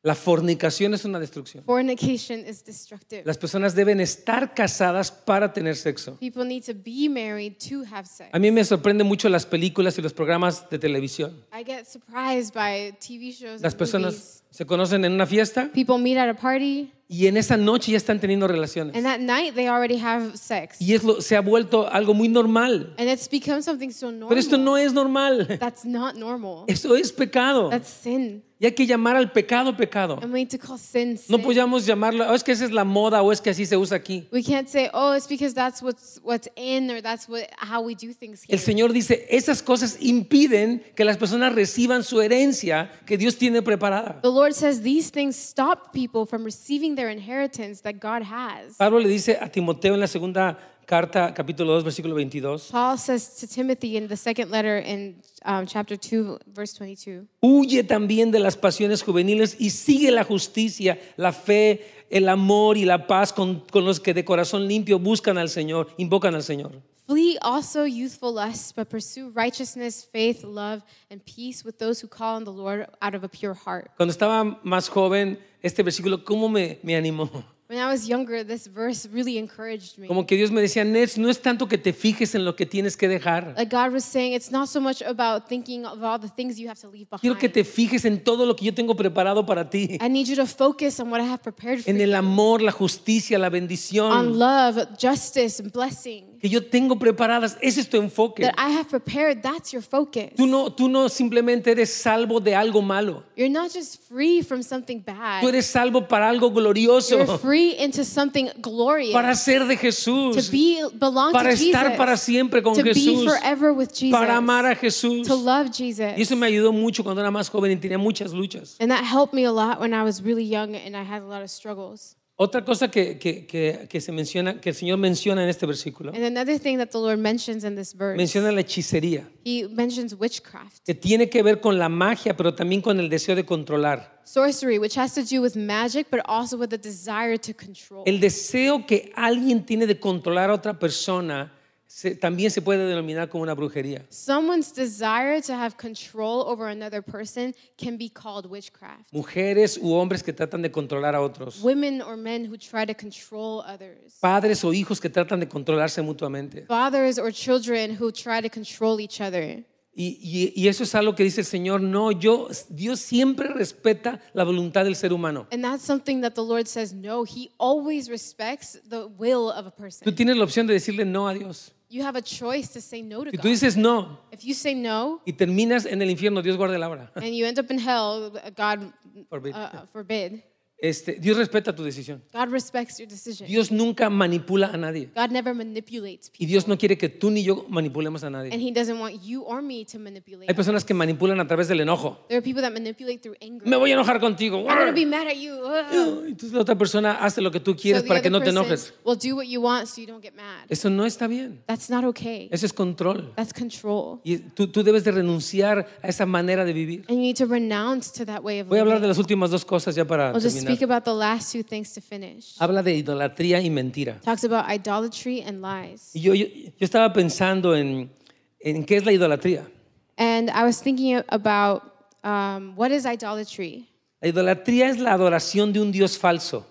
Speaker 2: La fornicación es una destrucción.
Speaker 3: Fornication is destructive.
Speaker 2: Las personas deben estar casadas para tener sexo.
Speaker 3: People need to be married to have sex.
Speaker 2: A mí me sorprende mucho las películas y los programas de televisión.
Speaker 3: I get surprised by TV shows.
Speaker 2: Las
Speaker 3: and movies.
Speaker 2: personas se conocen en una fiesta
Speaker 3: People meet at a party,
Speaker 2: y en esa noche ya están teniendo relaciones.
Speaker 3: and that night they already have sex.
Speaker 2: Y es lo- se ha vuelto algo muy normal.
Speaker 3: And it's become something so normal.
Speaker 2: Pero esto no es normal.
Speaker 3: That's not normal.
Speaker 2: Esto es pecado.
Speaker 3: That's sin.
Speaker 2: Y hay que llamar al pecado pecado.
Speaker 3: And we need to call sin sin.
Speaker 2: No podíamos llamarlo, "Oh, es que esa es la moda o es que así se usa aquí.
Speaker 3: we can't say, oh, it's because that's what's what's in or that's what how we do things here.
Speaker 2: El Señor dice, esas cosas impiden que las personas reciban su herencia que Dios tiene preparada.
Speaker 3: the Lord says these things stop people from receiving their inheritance that God has.
Speaker 2: Pablo le dice a Timoteo en la segunda carta, capítulo 2, versículo 22,
Speaker 3: Paul says to Timothy in the second letter in um, chapter 2, verse 22.
Speaker 2: huye también de las pasiones juveniles y sigue la justicia, la fe, el amor y la paz con, con los que de corazón limpio buscan al Señor, invocan al Señor.
Speaker 3: Flee also youthful lusts, but pursue righteousness, faith, love, and peace with those who call on the Lord out of a pure heart.
Speaker 2: Cuando estaba más joven, este versículo, ¿cómo me, me animó?
Speaker 3: When I was younger, this verse really encouraged me.
Speaker 2: Como que Dios me decía, Nets, no es tanto que te fijes en lo que tienes que dejar.
Speaker 3: Like God was saying, it's not so much about thinking of all the things you have to leave
Speaker 2: Quiero que
Speaker 3: behind.
Speaker 2: te fijes en todo lo que yo tengo preparado para ti.
Speaker 3: I need you to focus on what I have prepared for
Speaker 2: En el
Speaker 3: you,
Speaker 2: amor, la justicia, la
Speaker 3: on
Speaker 2: bendición
Speaker 3: love, justice, and blessing
Speaker 2: que yo tengo preparadas. Ese es tu enfoque.
Speaker 3: that I have prepared. That's your focus.
Speaker 2: Tú no, tú no simplemente eres salvo de algo malo.
Speaker 3: You're not just free from something
Speaker 2: Tú
Speaker 3: bad.
Speaker 2: eres salvo para algo
Speaker 3: You're
Speaker 2: glorioso,
Speaker 3: free into something
Speaker 2: para
Speaker 3: glorious.
Speaker 2: ser de
Speaker 3: To
Speaker 2: Jesús,
Speaker 3: be belong
Speaker 2: para
Speaker 3: to Jesus.
Speaker 2: estar para siempre con
Speaker 3: to be
Speaker 2: Jesús,
Speaker 3: forever with Jesus.
Speaker 2: para amar a Jesús.
Speaker 3: to love
Speaker 2: Y
Speaker 3: Jesus.
Speaker 2: eso me ayudó mucho cuando era más joven y tenía muchas luchas.
Speaker 3: And that helped me a lot when I was really young and I had a lot of struggles.
Speaker 2: Otra cosa que, que- que- que se menciona, que el Señor menciona en este versículo,
Speaker 3: And another thing that the Lord mentions in this verse,
Speaker 2: menciona la hechicería,
Speaker 3: he mentions witchcraft,
Speaker 2: que tiene que ver con la magia, pero también con el deseo de controlar.
Speaker 3: sorcery, which has to do with magic, but also with the desire to control.
Speaker 2: El deseo que alguien tiene de controlar a otra persona se- también se puede denominar como una brujería.
Speaker 3: Someone's desire to have control over another person can be called witchcraft.
Speaker 2: Mujeres u hombres que tratan de controlar a otros.
Speaker 3: Women or men who try to control others.
Speaker 2: Padres o hijos que tratan de controlarse mutuamente.
Speaker 3: Fathers or children who try to control each other.
Speaker 2: Y, y- y eso es algo que dice el Señor. No, yo, Dios siempre respeta la voluntad del ser humano.
Speaker 3: And that's something that the Lord says no. He always respects the will of a
Speaker 2: Tú
Speaker 3: person.
Speaker 2: tienes la opción de decirle no a Dios.
Speaker 3: You have a choice to say no to
Speaker 2: Si tú
Speaker 3: God.
Speaker 2: dices no
Speaker 3: If you say no
Speaker 2: y terminas en el infierno, Dios guarde la hora.
Speaker 3: and you end up in hell, God
Speaker 2: Forbid.
Speaker 3: uh, forbid.
Speaker 2: Este, Dios respeta tu decisión.
Speaker 3: God respects your decision.
Speaker 2: Dios nunca manipula a nadie.
Speaker 3: God never manipulates
Speaker 2: Y
Speaker 3: people.
Speaker 2: Dios no quiere que tú ni yo manipulemos a nadie.
Speaker 3: And He doesn't want you or me to
Speaker 2: Hay
Speaker 3: manipulate.
Speaker 2: personas que manipulan a través del enojo.
Speaker 3: There are people that manipulate through anger.
Speaker 2: Me voy a enojar contigo.
Speaker 3: I'm going to be mad at you. Ugh.
Speaker 2: Entonces la otra persona hace lo que tú
Speaker 3: So
Speaker 2: quieres
Speaker 3: the
Speaker 2: para que
Speaker 3: other
Speaker 2: no te
Speaker 3: person
Speaker 2: enojes.
Speaker 3: will do what you want so you don't get mad.
Speaker 2: Eso no está bien.
Speaker 3: That's not okay.
Speaker 2: Eso es control.
Speaker 3: That's control.
Speaker 2: Y tú, tú debes de renunciar a esa manera de vivir.
Speaker 3: And you need to renounce to that way of
Speaker 2: Voy a hablar
Speaker 3: living.
Speaker 2: de las últimas dos cosas ya para
Speaker 3: I'll just speak
Speaker 2: terminar.
Speaker 3: about the last two things to finish.
Speaker 2: Habla de idolatría y mentira.
Speaker 3: Talks about idolatry and lies.
Speaker 2: Y yo, yo, yo estaba pensando en, en qué es la idolatría.
Speaker 3: And I was thinking about um, what is idolatry?
Speaker 2: La idolatría es la adoración de un Dios falso.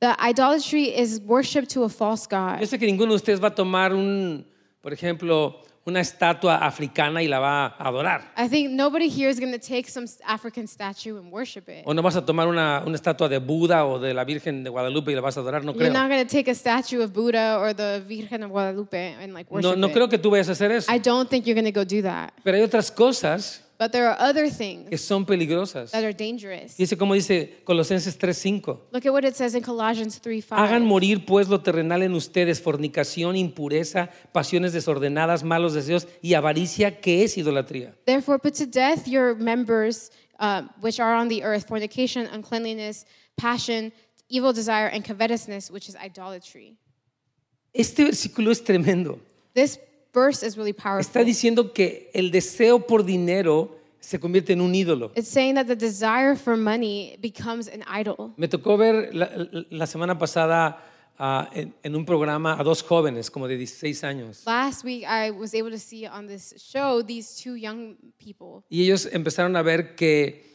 Speaker 3: The The idolatry is worship to a false god.
Speaker 2: Yo sé que ninguno de ustedes va a tomar un, por ejemplo, una estatua africana y la va a adorar.
Speaker 3: I think nobody here is going to take some African statue and worship it.
Speaker 2: O no vas a tomar una, una estatua de Buda o de la Virgen de Guadalupe y la vas a adorar, no
Speaker 3: You're
Speaker 2: creo.
Speaker 3: not going to take a statue of Buddha or the Virgen of Guadalupe and like worship
Speaker 2: No, no
Speaker 3: it.
Speaker 2: creo que tú vayas a hacer eso.
Speaker 3: I don't think you're going to go do that.
Speaker 2: Pero hay otras cosas
Speaker 3: But there are other
Speaker 2: que
Speaker 3: things
Speaker 2: son peligrosas.
Speaker 3: that are dangerous.
Speaker 2: Dice como dice Colosenses 3:5.
Speaker 3: Look at what it says in Colossians 3
Speaker 2: Hagan
Speaker 3: 5.
Speaker 2: morir pues lo terrenal en ustedes, fornicación, impureza, pasiones desordenadas, malos deseos y avaricia, que es idolatría.
Speaker 3: Therefore, put to death your members um, which are on the earth fornication, uncleanliness, passion, evil desire, and covetousness, which is idolatry.
Speaker 2: Este versículo es tremendo.
Speaker 3: This verse is really
Speaker 2: Está
Speaker 3: powerful.
Speaker 2: diciendo que el deseo por dinero se convierte en un ídolo.
Speaker 3: It's saying that the desire for money becomes an idol.
Speaker 2: Me tocó ver la, la- la semana pasada ah, en, en un programa a dos jóvenes, como de 16 años,
Speaker 3: Last week, I was able to see on this show these two young people.
Speaker 2: y ellos empezaron a ver que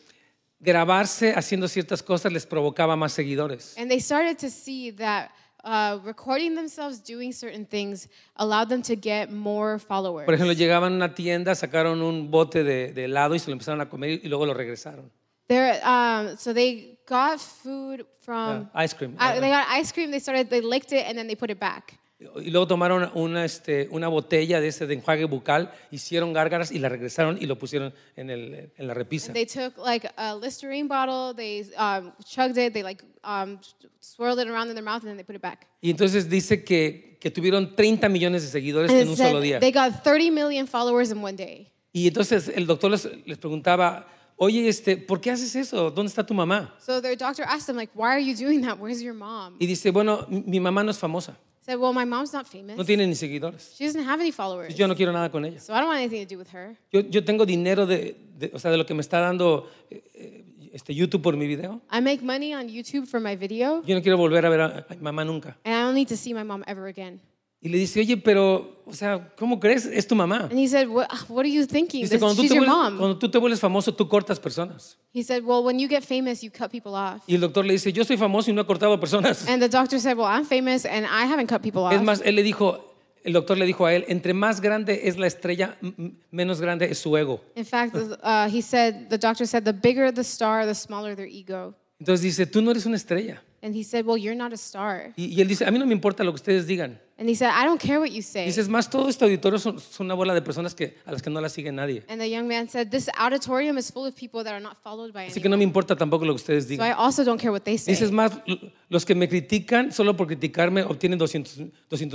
Speaker 2: grabarse haciendo ciertas cosas les provocaba más seguidores.
Speaker 3: And they started to see that uh, recording themselves doing certain things allowed them to get more followers.
Speaker 2: Por ejemplo, llegaban a una tienda, sacaron un bote de, de helado y se lo empezaron a comer y luego lo regresaron.
Speaker 3: They're, um, so they got food from
Speaker 2: Yeah, Ah, ice cream.
Speaker 3: Uh, they got ice cream. They started. They licked it and then they put it back.
Speaker 2: Y luego tomaron una, este, una botella de ese de enjuague bucal, hicieron gárgaras y la regresaron y lo pusieron en, el, en la repisa.
Speaker 3: And they took like a Listerine bottle. They um, chugged it. They like um, swirled it around in their mouth and then they put it back.
Speaker 2: Y entonces dice que, que tuvieron 30 millones de seguidores
Speaker 3: And
Speaker 2: en
Speaker 3: it
Speaker 2: un
Speaker 3: said
Speaker 2: solo día.
Speaker 3: they got 30 million followers in one day.
Speaker 2: Y entonces el doctor les, les preguntaba, oye, este, ¿por qué haces eso? ¿Dónde está tu mamá?
Speaker 3: So their doctor asked them like, "Why are you doing that? Where's your mom?"
Speaker 2: Y dice, bueno, mi mi mamá no es famosa,
Speaker 3: said, "Well, my mom's not famous.
Speaker 2: no tiene ni seguidores.
Speaker 3: She doesn't have any followers.
Speaker 2: Yo no quiero nada con ella.
Speaker 3: So I don't want anything to do with her.
Speaker 2: Yo, yo tengo dinero de, de- o sea, de lo que me está dando eh, eh, este, YouTube por mi video.
Speaker 3: I make money on YouTube for my video,
Speaker 2: Yo no quiero volver a ver a, a mi mamá nunca.
Speaker 3: and I don't need to see my mom ever again."
Speaker 2: Y le dice, oye, pero, o sea, ¿cómo crees? Es tu mamá.
Speaker 3: And he said, "What? What are you thinking?
Speaker 2: Dice,
Speaker 3: This-
Speaker 2: cuando tú,
Speaker 3: she's
Speaker 2: te
Speaker 3: your
Speaker 2: vuelves,
Speaker 3: mom."
Speaker 2: cuando tú te vuelves famoso, tú cortas personas.
Speaker 3: He said, Well, when you get famous, you cut people off.
Speaker 2: Y el doctor le dice, yo soy famoso y no he cortado personas.
Speaker 3: And the doctor said, Well, I'm famous and I haven't cut people off.
Speaker 2: Es más, él le dijo, el doctor le dijo a él, entre más grande es la estrella, m- m- menos grande es su ego.
Speaker 3: In fact, the- uh, he said, The doctor said, The bigger the star, the smaller their ego.
Speaker 2: Entonces dice, tú no eres una estrella.
Speaker 3: And he said, Well, you're not a star.
Speaker 2: Y, y él dice, a mí no me importa lo que ustedes digan.
Speaker 3: And he said, I don't care what you say.
Speaker 2: Dice, es más, todo este auditorio son, son una bola de personas que, a las que no las sigue nadie.
Speaker 3: And the young man said, This auditorium is full of people that are not followed by
Speaker 2: Así que no
Speaker 3: anyone.
Speaker 2: me importa tampoco lo que ustedes
Speaker 3: So
Speaker 2: digan.
Speaker 3: I also don't care what they say.
Speaker 2: Dice, es más, l- los que me critican solo por criticarme obtienen 200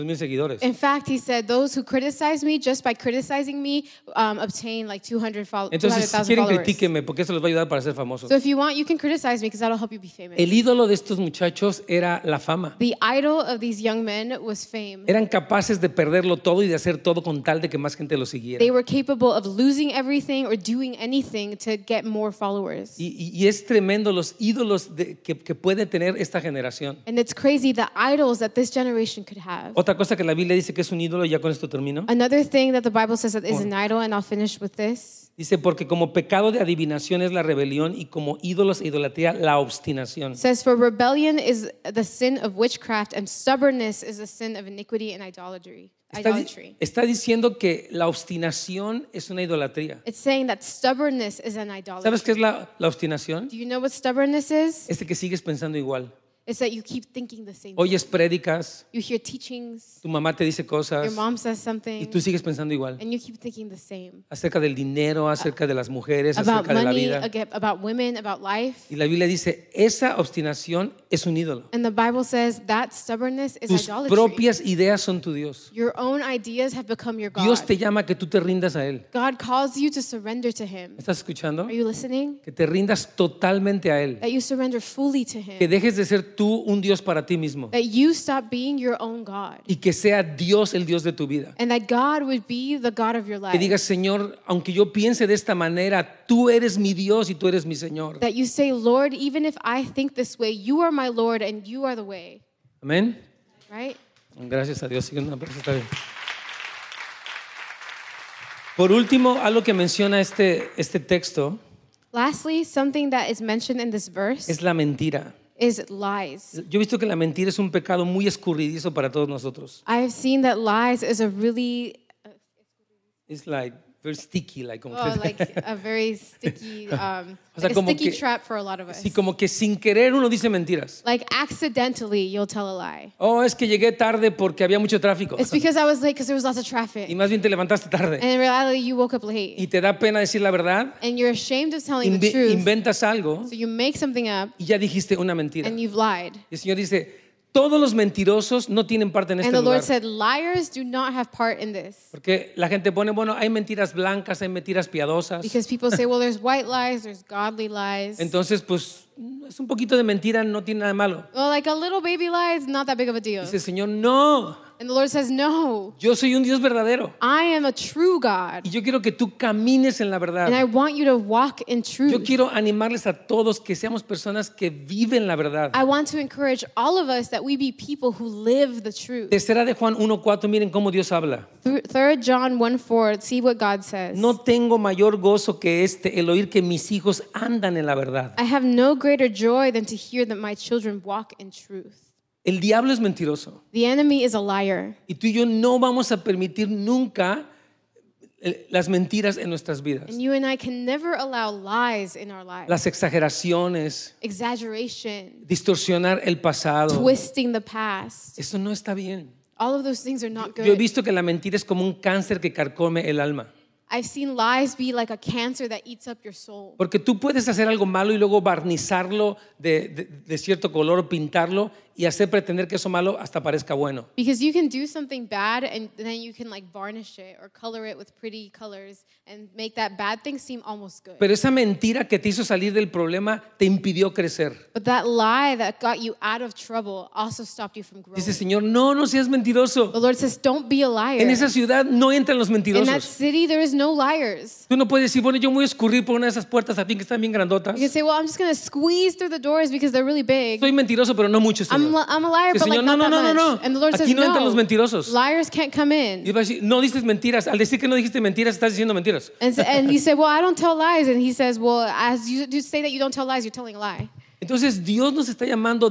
Speaker 2: mil seguidores.
Speaker 3: In fact, he said, Those who criticize me just by criticizing me um, obtain like 200 fol-
Speaker 2: Entonces, si
Speaker 3: 200,000
Speaker 2: quieren,
Speaker 3: followers.
Speaker 2: critíquenme porque eso les va a ayudar para ser famosos.
Speaker 3: So if you want, you can criticize me because that'll help you be famous.
Speaker 2: El ídolo de estos muchachos era la fama.
Speaker 3: The idol of these young men was fame.
Speaker 2: Eran capaces de perderlo todo y de hacer todo con tal de que más gente lo siguiera.
Speaker 3: They were capable of losing everything or doing anything to get more followers.
Speaker 2: Y, y- y es tremendo los ídolos de- que, que puede tener esta generación.
Speaker 3: And it's crazy the idols that this generation could have.
Speaker 2: Otra cosa que la Biblia dice que es un ídolo, y ya con esto termino,
Speaker 3: Another thing that the Bible says that is an idol, and I'll finish with this.
Speaker 2: dice, porque como pecado de adivinación es la rebelión y como ídolos e idolatría la obstinación.
Speaker 3: It says, For rebellion is the sin of witchcraft, and stubbornness is the sin of iniquity and idolatry.
Speaker 2: Está, di-
Speaker 3: idolatry.
Speaker 2: está diciendo que la obstinación es una idolatría.
Speaker 3: It's saying that stubbornness is an idolatry.
Speaker 2: ¿Sabes qué es la, la obstinación?
Speaker 3: Do you know what stubbornness is?
Speaker 2: Es de que sigues pensando igual.
Speaker 3: It's that you keep thinking the same thing.
Speaker 2: Oyes prédicas,
Speaker 3: You hear teachings,
Speaker 2: tu mamá te dice
Speaker 3: your
Speaker 2: cosas
Speaker 3: mom says
Speaker 2: y
Speaker 3: something,
Speaker 2: tú sigues pensando igual.
Speaker 3: and you keep thinking the same.
Speaker 2: Acerca del dinero, acerca de las mujeres,
Speaker 3: about
Speaker 2: acerca de la
Speaker 3: money,
Speaker 2: vida.
Speaker 3: aga- about women, about life.
Speaker 2: Y la Biblia dice, esa obstinación es un ídolo.
Speaker 3: And the Bible says that stubbornness is
Speaker 2: Tus
Speaker 3: idolatry.
Speaker 2: propias ideas son tu Dios.
Speaker 3: Your own ideas have become your God.
Speaker 2: Dios te llama a que tú te rindas a Él.
Speaker 3: God calls you to surrender to Him.
Speaker 2: ¿Me estás escuchando?
Speaker 3: Are you Eh. listening?
Speaker 2: Que te rindas totalmente a Él.
Speaker 3: That you surrender fully to
Speaker 2: Que
Speaker 3: Him.
Speaker 2: dejes de ser tú un Dios para ti mismo.
Speaker 3: That you stop being your own God.
Speaker 2: Y que sea Dios el Dios de tu vida.
Speaker 3: And that God would be the God of your
Speaker 2: Que
Speaker 3: life.
Speaker 2: digas, Señor, aunque yo piense de esta manera, tú eres mi Dios y tú eres mi Señor.
Speaker 3: That you say, Lord, even if I think this way, you are my Lord and you are the way.
Speaker 2: Amén.
Speaker 3: Right?
Speaker 2: Gracias a Dios. Sigue un aplauso, está bien. Por último, algo que menciona este, este texto
Speaker 3: Lastly, something that is mentioned in this verse
Speaker 2: es la mentira.
Speaker 3: is lies.
Speaker 2: Yo he visto que la mentira es un pecado muy escurridizo para todos nosotros.
Speaker 3: I have seen that lies is a really,
Speaker 2: It's like very sticky, like como que-
Speaker 3: well, Oh, like a very sticky, um,
Speaker 2: O sea,
Speaker 3: like a
Speaker 2: como
Speaker 3: sticky
Speaker 2: que-
Speaker 3: trap for a lot of us.
Speaker 2: sí, como que sin querer uno dice mentiras.
Speaker 3: Like accidentally, you'll tell a lie.
Speaker 2: Oh, es que llegué tarde porque había mucho tráfico.
Speaker 3: It's because I was late because there was lots of
Speaker 2: Y
Speaker 3: traffic,
Speaker 2: más bien te levantaste tarde.
Speaker 3: and in reality, you woke up
Speaker 2: Y
Speaker 3: late,
Speaker 2: te da pena decir la verdad.
Speaker 3: and you're ashamed of telling the
Speaker 2: inve-
Speaker 3: truth,
Speaker 2: inventas algo
Speaker 3: so you make something up
Speaker 2: y ya dijiste una mentira.
Speaker 3: and
Speaker 2: Y
Speaker 3: you've lied.
Speaker 2: el Señor dice, todos los mentirosos no tienen parte en
Speaker 3: And
Speaker 2: este
Speaker 3: the Lord
Speaker 2: lugar.
Speaker 3: said, liars do not have part in this.
Speaker 2: Porque la gente pone, bueno, hay mentiras blancas, hay mentiras piadosas.
Speaker 3: Because people say, well, there's white lies, there's godly lies.
Speaker 2: Entonces, pues, es un poquito de mentira, no tiene nada de malo.
Speaker 3: Well, like a little baby lie is not that big of a deal.
Speaker 2: Dice, Señor, no,
Speaker 3: And the Lord says, no,
Speaker 2: yo soy un Dios verdadero.
Speaker 3: I am a true God,
Speaker 2: Y yo quiero que tú camines en la
Speaker 3: and I
Speaker 2: verdad.
Speaker 3: want you to walk in
Speaker 2: Yo
Speaker 3: truth.
Speaker 2: quiero animarles a todos que seamos personas que viven la verdad.
Speaker 3: I want to encourage all of us that we be people who live the truth.
Speaker 2: Tercera de Juan 1.4, miren cómo Dios habla.
Speaker 3: Th- 3 John 1 4, see what God says.
Speaker 2: No tengo mayor gozo que este, el oír que mis hijos andan en la verdad.
Speaker 3: I have no greater joy than to hear that my children walk in truth.
Speaker 2: El diablo es mentiroso.
Speaker 3: The enemy is a liar,
Speaker 2: Y tú y yo no vamos a permitir nunca eh, las mentiras en nuestras vidas.
Speaker 3: and you and I can never allow lies in our lives.
Speaker 2: Las exageraciones,
Speaker 3: Exaggeration,
Speaker 2: distorsionar el pasado.
Speaker 3: twisting the past,
Speaker 2: Eso no está bien.
Speaker 3: all of those things are not
Speaker 2: Yo he
Speaker 3: good.
Speaker 2: visto que la mentira es como un cáncer que carcome el alma.
Speaker 3: I've seen lies be like a cancer that eats up your soul.
Speaker 2: Porque tú puedes hacer algo malo y luego barnizarlo de, de- de cierto color o pintarlo y hacer pretender que eso malo hasta parezca bueno.
Speaker 3: Because you can do something bad and then you can like varnish it or color it with pretty colors and make that bad thing seem almost good.
Speaker 2: Pero esa mentira que te hizo salir del problema te impidió crecer.
Speaker 3: But that lie that got you out of trouble also stopped you from growing.
Speaker 2: Dice, Señor, no, no seas
Speaker 3: The
Speaker 2: mentiroso.
Speaker 3: Lord says, don't be a liar.
Speaker 2: En esa
Speaker 3: In
Speaker 2: ciudad no entran los
Speaker 3: that
Speaker 2: mentirosos.
Speaker 3: city, there is no liars.
Speaker 2: Tú no puedes decir, bueno, yo me voy a escurrir por una de esas puertas a fin que están bien grandotas.
Speaker 3: You can say, well, I'm just going to squeeze through the doors because they're really big.
Speaker 2: Soy mentiroso, pero no mucho,
Speaker 3: I'm,
Speaker 2: Señor.
Speaker 3: li- I'm a liar,
Speaker 2: Sí,
Speaker 3: but like
Speaker 2: Señor,
Speaker 3: not
Speaker 2: no,
Speaker 3: that
Speaker 2: no, no, no,
Speaker 3: much.
Speaker 2: no.
Speaker 3: And the Lord
Speaker 2: Aquí
Speaker 3: says,
Speaker 2: no entran los mentirosos."
Speaker 3: liars can't come
Speaker 2: Y
Speaker 3: in.
Speaker 2: va a decir, no dices mentiras. Al decir que no dijiste mentiras, estás diciendo mentiras.
Speaker 3: And, s- and he said, well, I don't tell lies. And he says, well, as you do say that you don't tell lies, you're telling a lie.
Speaker 2: Entonces Dios nos está llamando,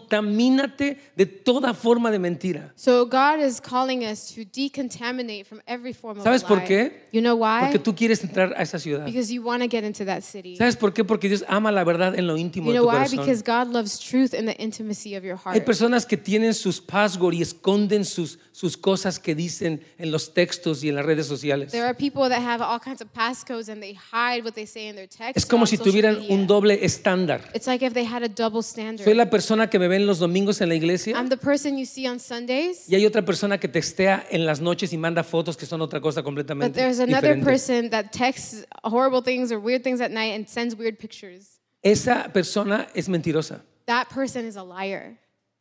Speaker 2: descontamínate de toda forma de mentira.
Speaker 3: So God is calling us to decontaminate from every form of
Speaker 2: ¿Sabes
Speaker 3: lie.
Speaker 2: por qué?
Speaker 3: You know why?
Speaker 2: Porque tú quieres entrar a esa ciudad.
Speaker 3: Because you want to get into that city.
Speaker 2: ¿Sabes por qué? Porque Dios ama la verdad en lo íntimo
Speaker 3: You
Speaker 2: de
Speaker 3: know
Speaker 2: tu
Speaker 3: why?
Speaker 2: corazón.
Speaker 3: Because God loves truth in the intimacy of your
Speaker 2: Hay
Speaker 3: heart.
Speaker 2: personas que tienen sus passwords y esconden sus, sus cosas que dicen en los textos y en las redes sociales.
Speaker 3: There are people that have all kinds of passcodes and they hide what they say in their text.
Speaker 2: Es como
Speaker 3: on
Speaker 2: si
Speaker 3: social
Speaker 2: tuvieran
Speaker 3: media.
Speaker 2: un doble estándar.
Speaker 3: It's like if they had a double standard.
Speaker 2: Soy la persona que me ven los domingos en la iglesia
Speaker 3: I'm the person you see on Sundays,
Speaker 2: y hay otra persona que textea en las noches y manda fotos que son otra cosa
Speaker 3: but
Speaker 2: completamente
Speaker 3: there's another
Speaker 2: diferente.
Speaker 3: person that texts horrible things or weird things at night and sends weird pictures.
Speaker 2: Esa persona es mentirosa
Speaker 3: That person is a liar.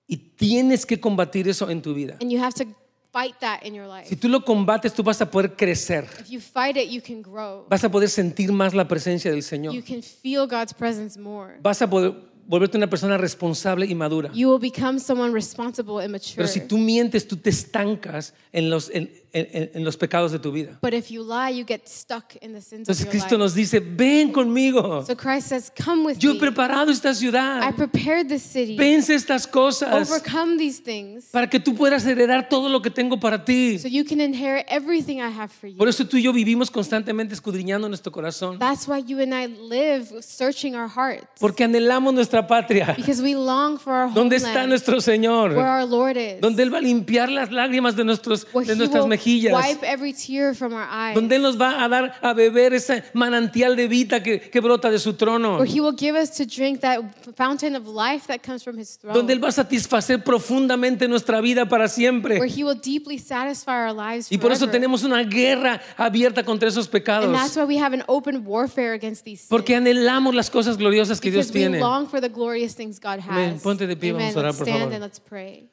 Speaker 2: y tienes que combatir eso en tu vida.
Speaker 3: And you have to fight that in your
Speaker 2: Si
Speaker 3: life.
Speaker 2: tú lo combates, tú vas a poder crecer,
Speaker 3: If you fight it, you can grow.
Speaker 2: vas a poder sentir más la presencia del
Speaker 3: You
Speaker 2: Señor,
Speaker 3: can feel God's presence more.
Speaker 2: vas a poder volverte una persona responsable y madura.
Speaker 3: You will become someone responsible and mature.
Speaker 2: Pero si tú mientes, tú te estancas en los, en, en- en los pecados de tu vida.
Speaker 3: But if you lie, you get stuck in the sins of
Speaker 2: Entonces
Speaker 3: your
Speaker 2: Cristo
Speaker 3: life.
Speaker 2: nos dice, ven conmigo,
Speaker 3: So Christ says, Come with
Speaker 2: yo he
Speaker 3: me.
Speaker 2: preparado esta
Speaker 3: I
Speaker 2: ciudad,
Speaker 3: prepared this city.
Speaker 2: vence estas cosas
Speaker 3: Overcome these things
Speaker 2: para que tú puedas heredar todo lo que tengo para ti.
Speaker 3: so you can inherit everything I have for
Speaker 2: Por
Speaker 3: you.
Speaker 2: eso tú y yo vivimos constantemente escudriñando nuestro corazón,
Speaker 3: That's why you and I live searching our hearts
Speaker 2: porque anhelamos nuestra patria,
Speaker 3: because we long for our
Speaker 2: donde está
Speaker 3: homeland
Speaker 2: nuestro Señor.
Speaker 3: where our Lord is.
Speaker 2: donde Él va a limpiar las lágrimas de, nuestros,
Speaker 3: where
Speaker 2: de
Speaker 3: he
Speaker 2: nuestras
Speaker 3: will
Speaker 2: mejillas,
Speaker 3: wipe every tear from our eyes.
Speaker 2: donde Él nos va a dar a beber ese manantial de vida que, que brota de su trono,
Speaker 3: Where he will give us to drink that fountain of life that comes from his throne.
Speaker 2: donde Él va a satisfacer profundamente nuestra vida para
Speaker 3: where
Speaker 2: siempre.
Speaker 3: he will deeply satisfy our lives
Speaker 2: Y por eso
Speaker 3: forever.
Speaker 2: tenemos una guerra abierta contra esos
Speaker 3: And that's
Speaker 2: pecados,
Speaker 3: why we have an open warfare against these sins.
Speaker 2: porque anhelamos las cosas gloriosas que Dios
Speaker 3: because we
Speaker 2: tiene.
Speaker 3: long for the glorious things God has.
Speaker 2: Amén. Ponte de pie,
Speaker 3: Amen.
Speaker 2: vamos a orar,
Speaker 3: let's
Speaker 2: por
Speaker 3: stand
Speaker 2: favor.
Speaker 3: and let's pray.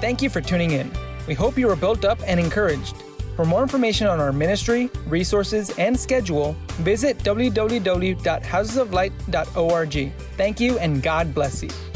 Speaker 1: Thank you for tuning in. We hope you were built up and encouraged. For more information on our ministry, resources, and schedule, visit www.housesoflight.org. Thank you and God bless you.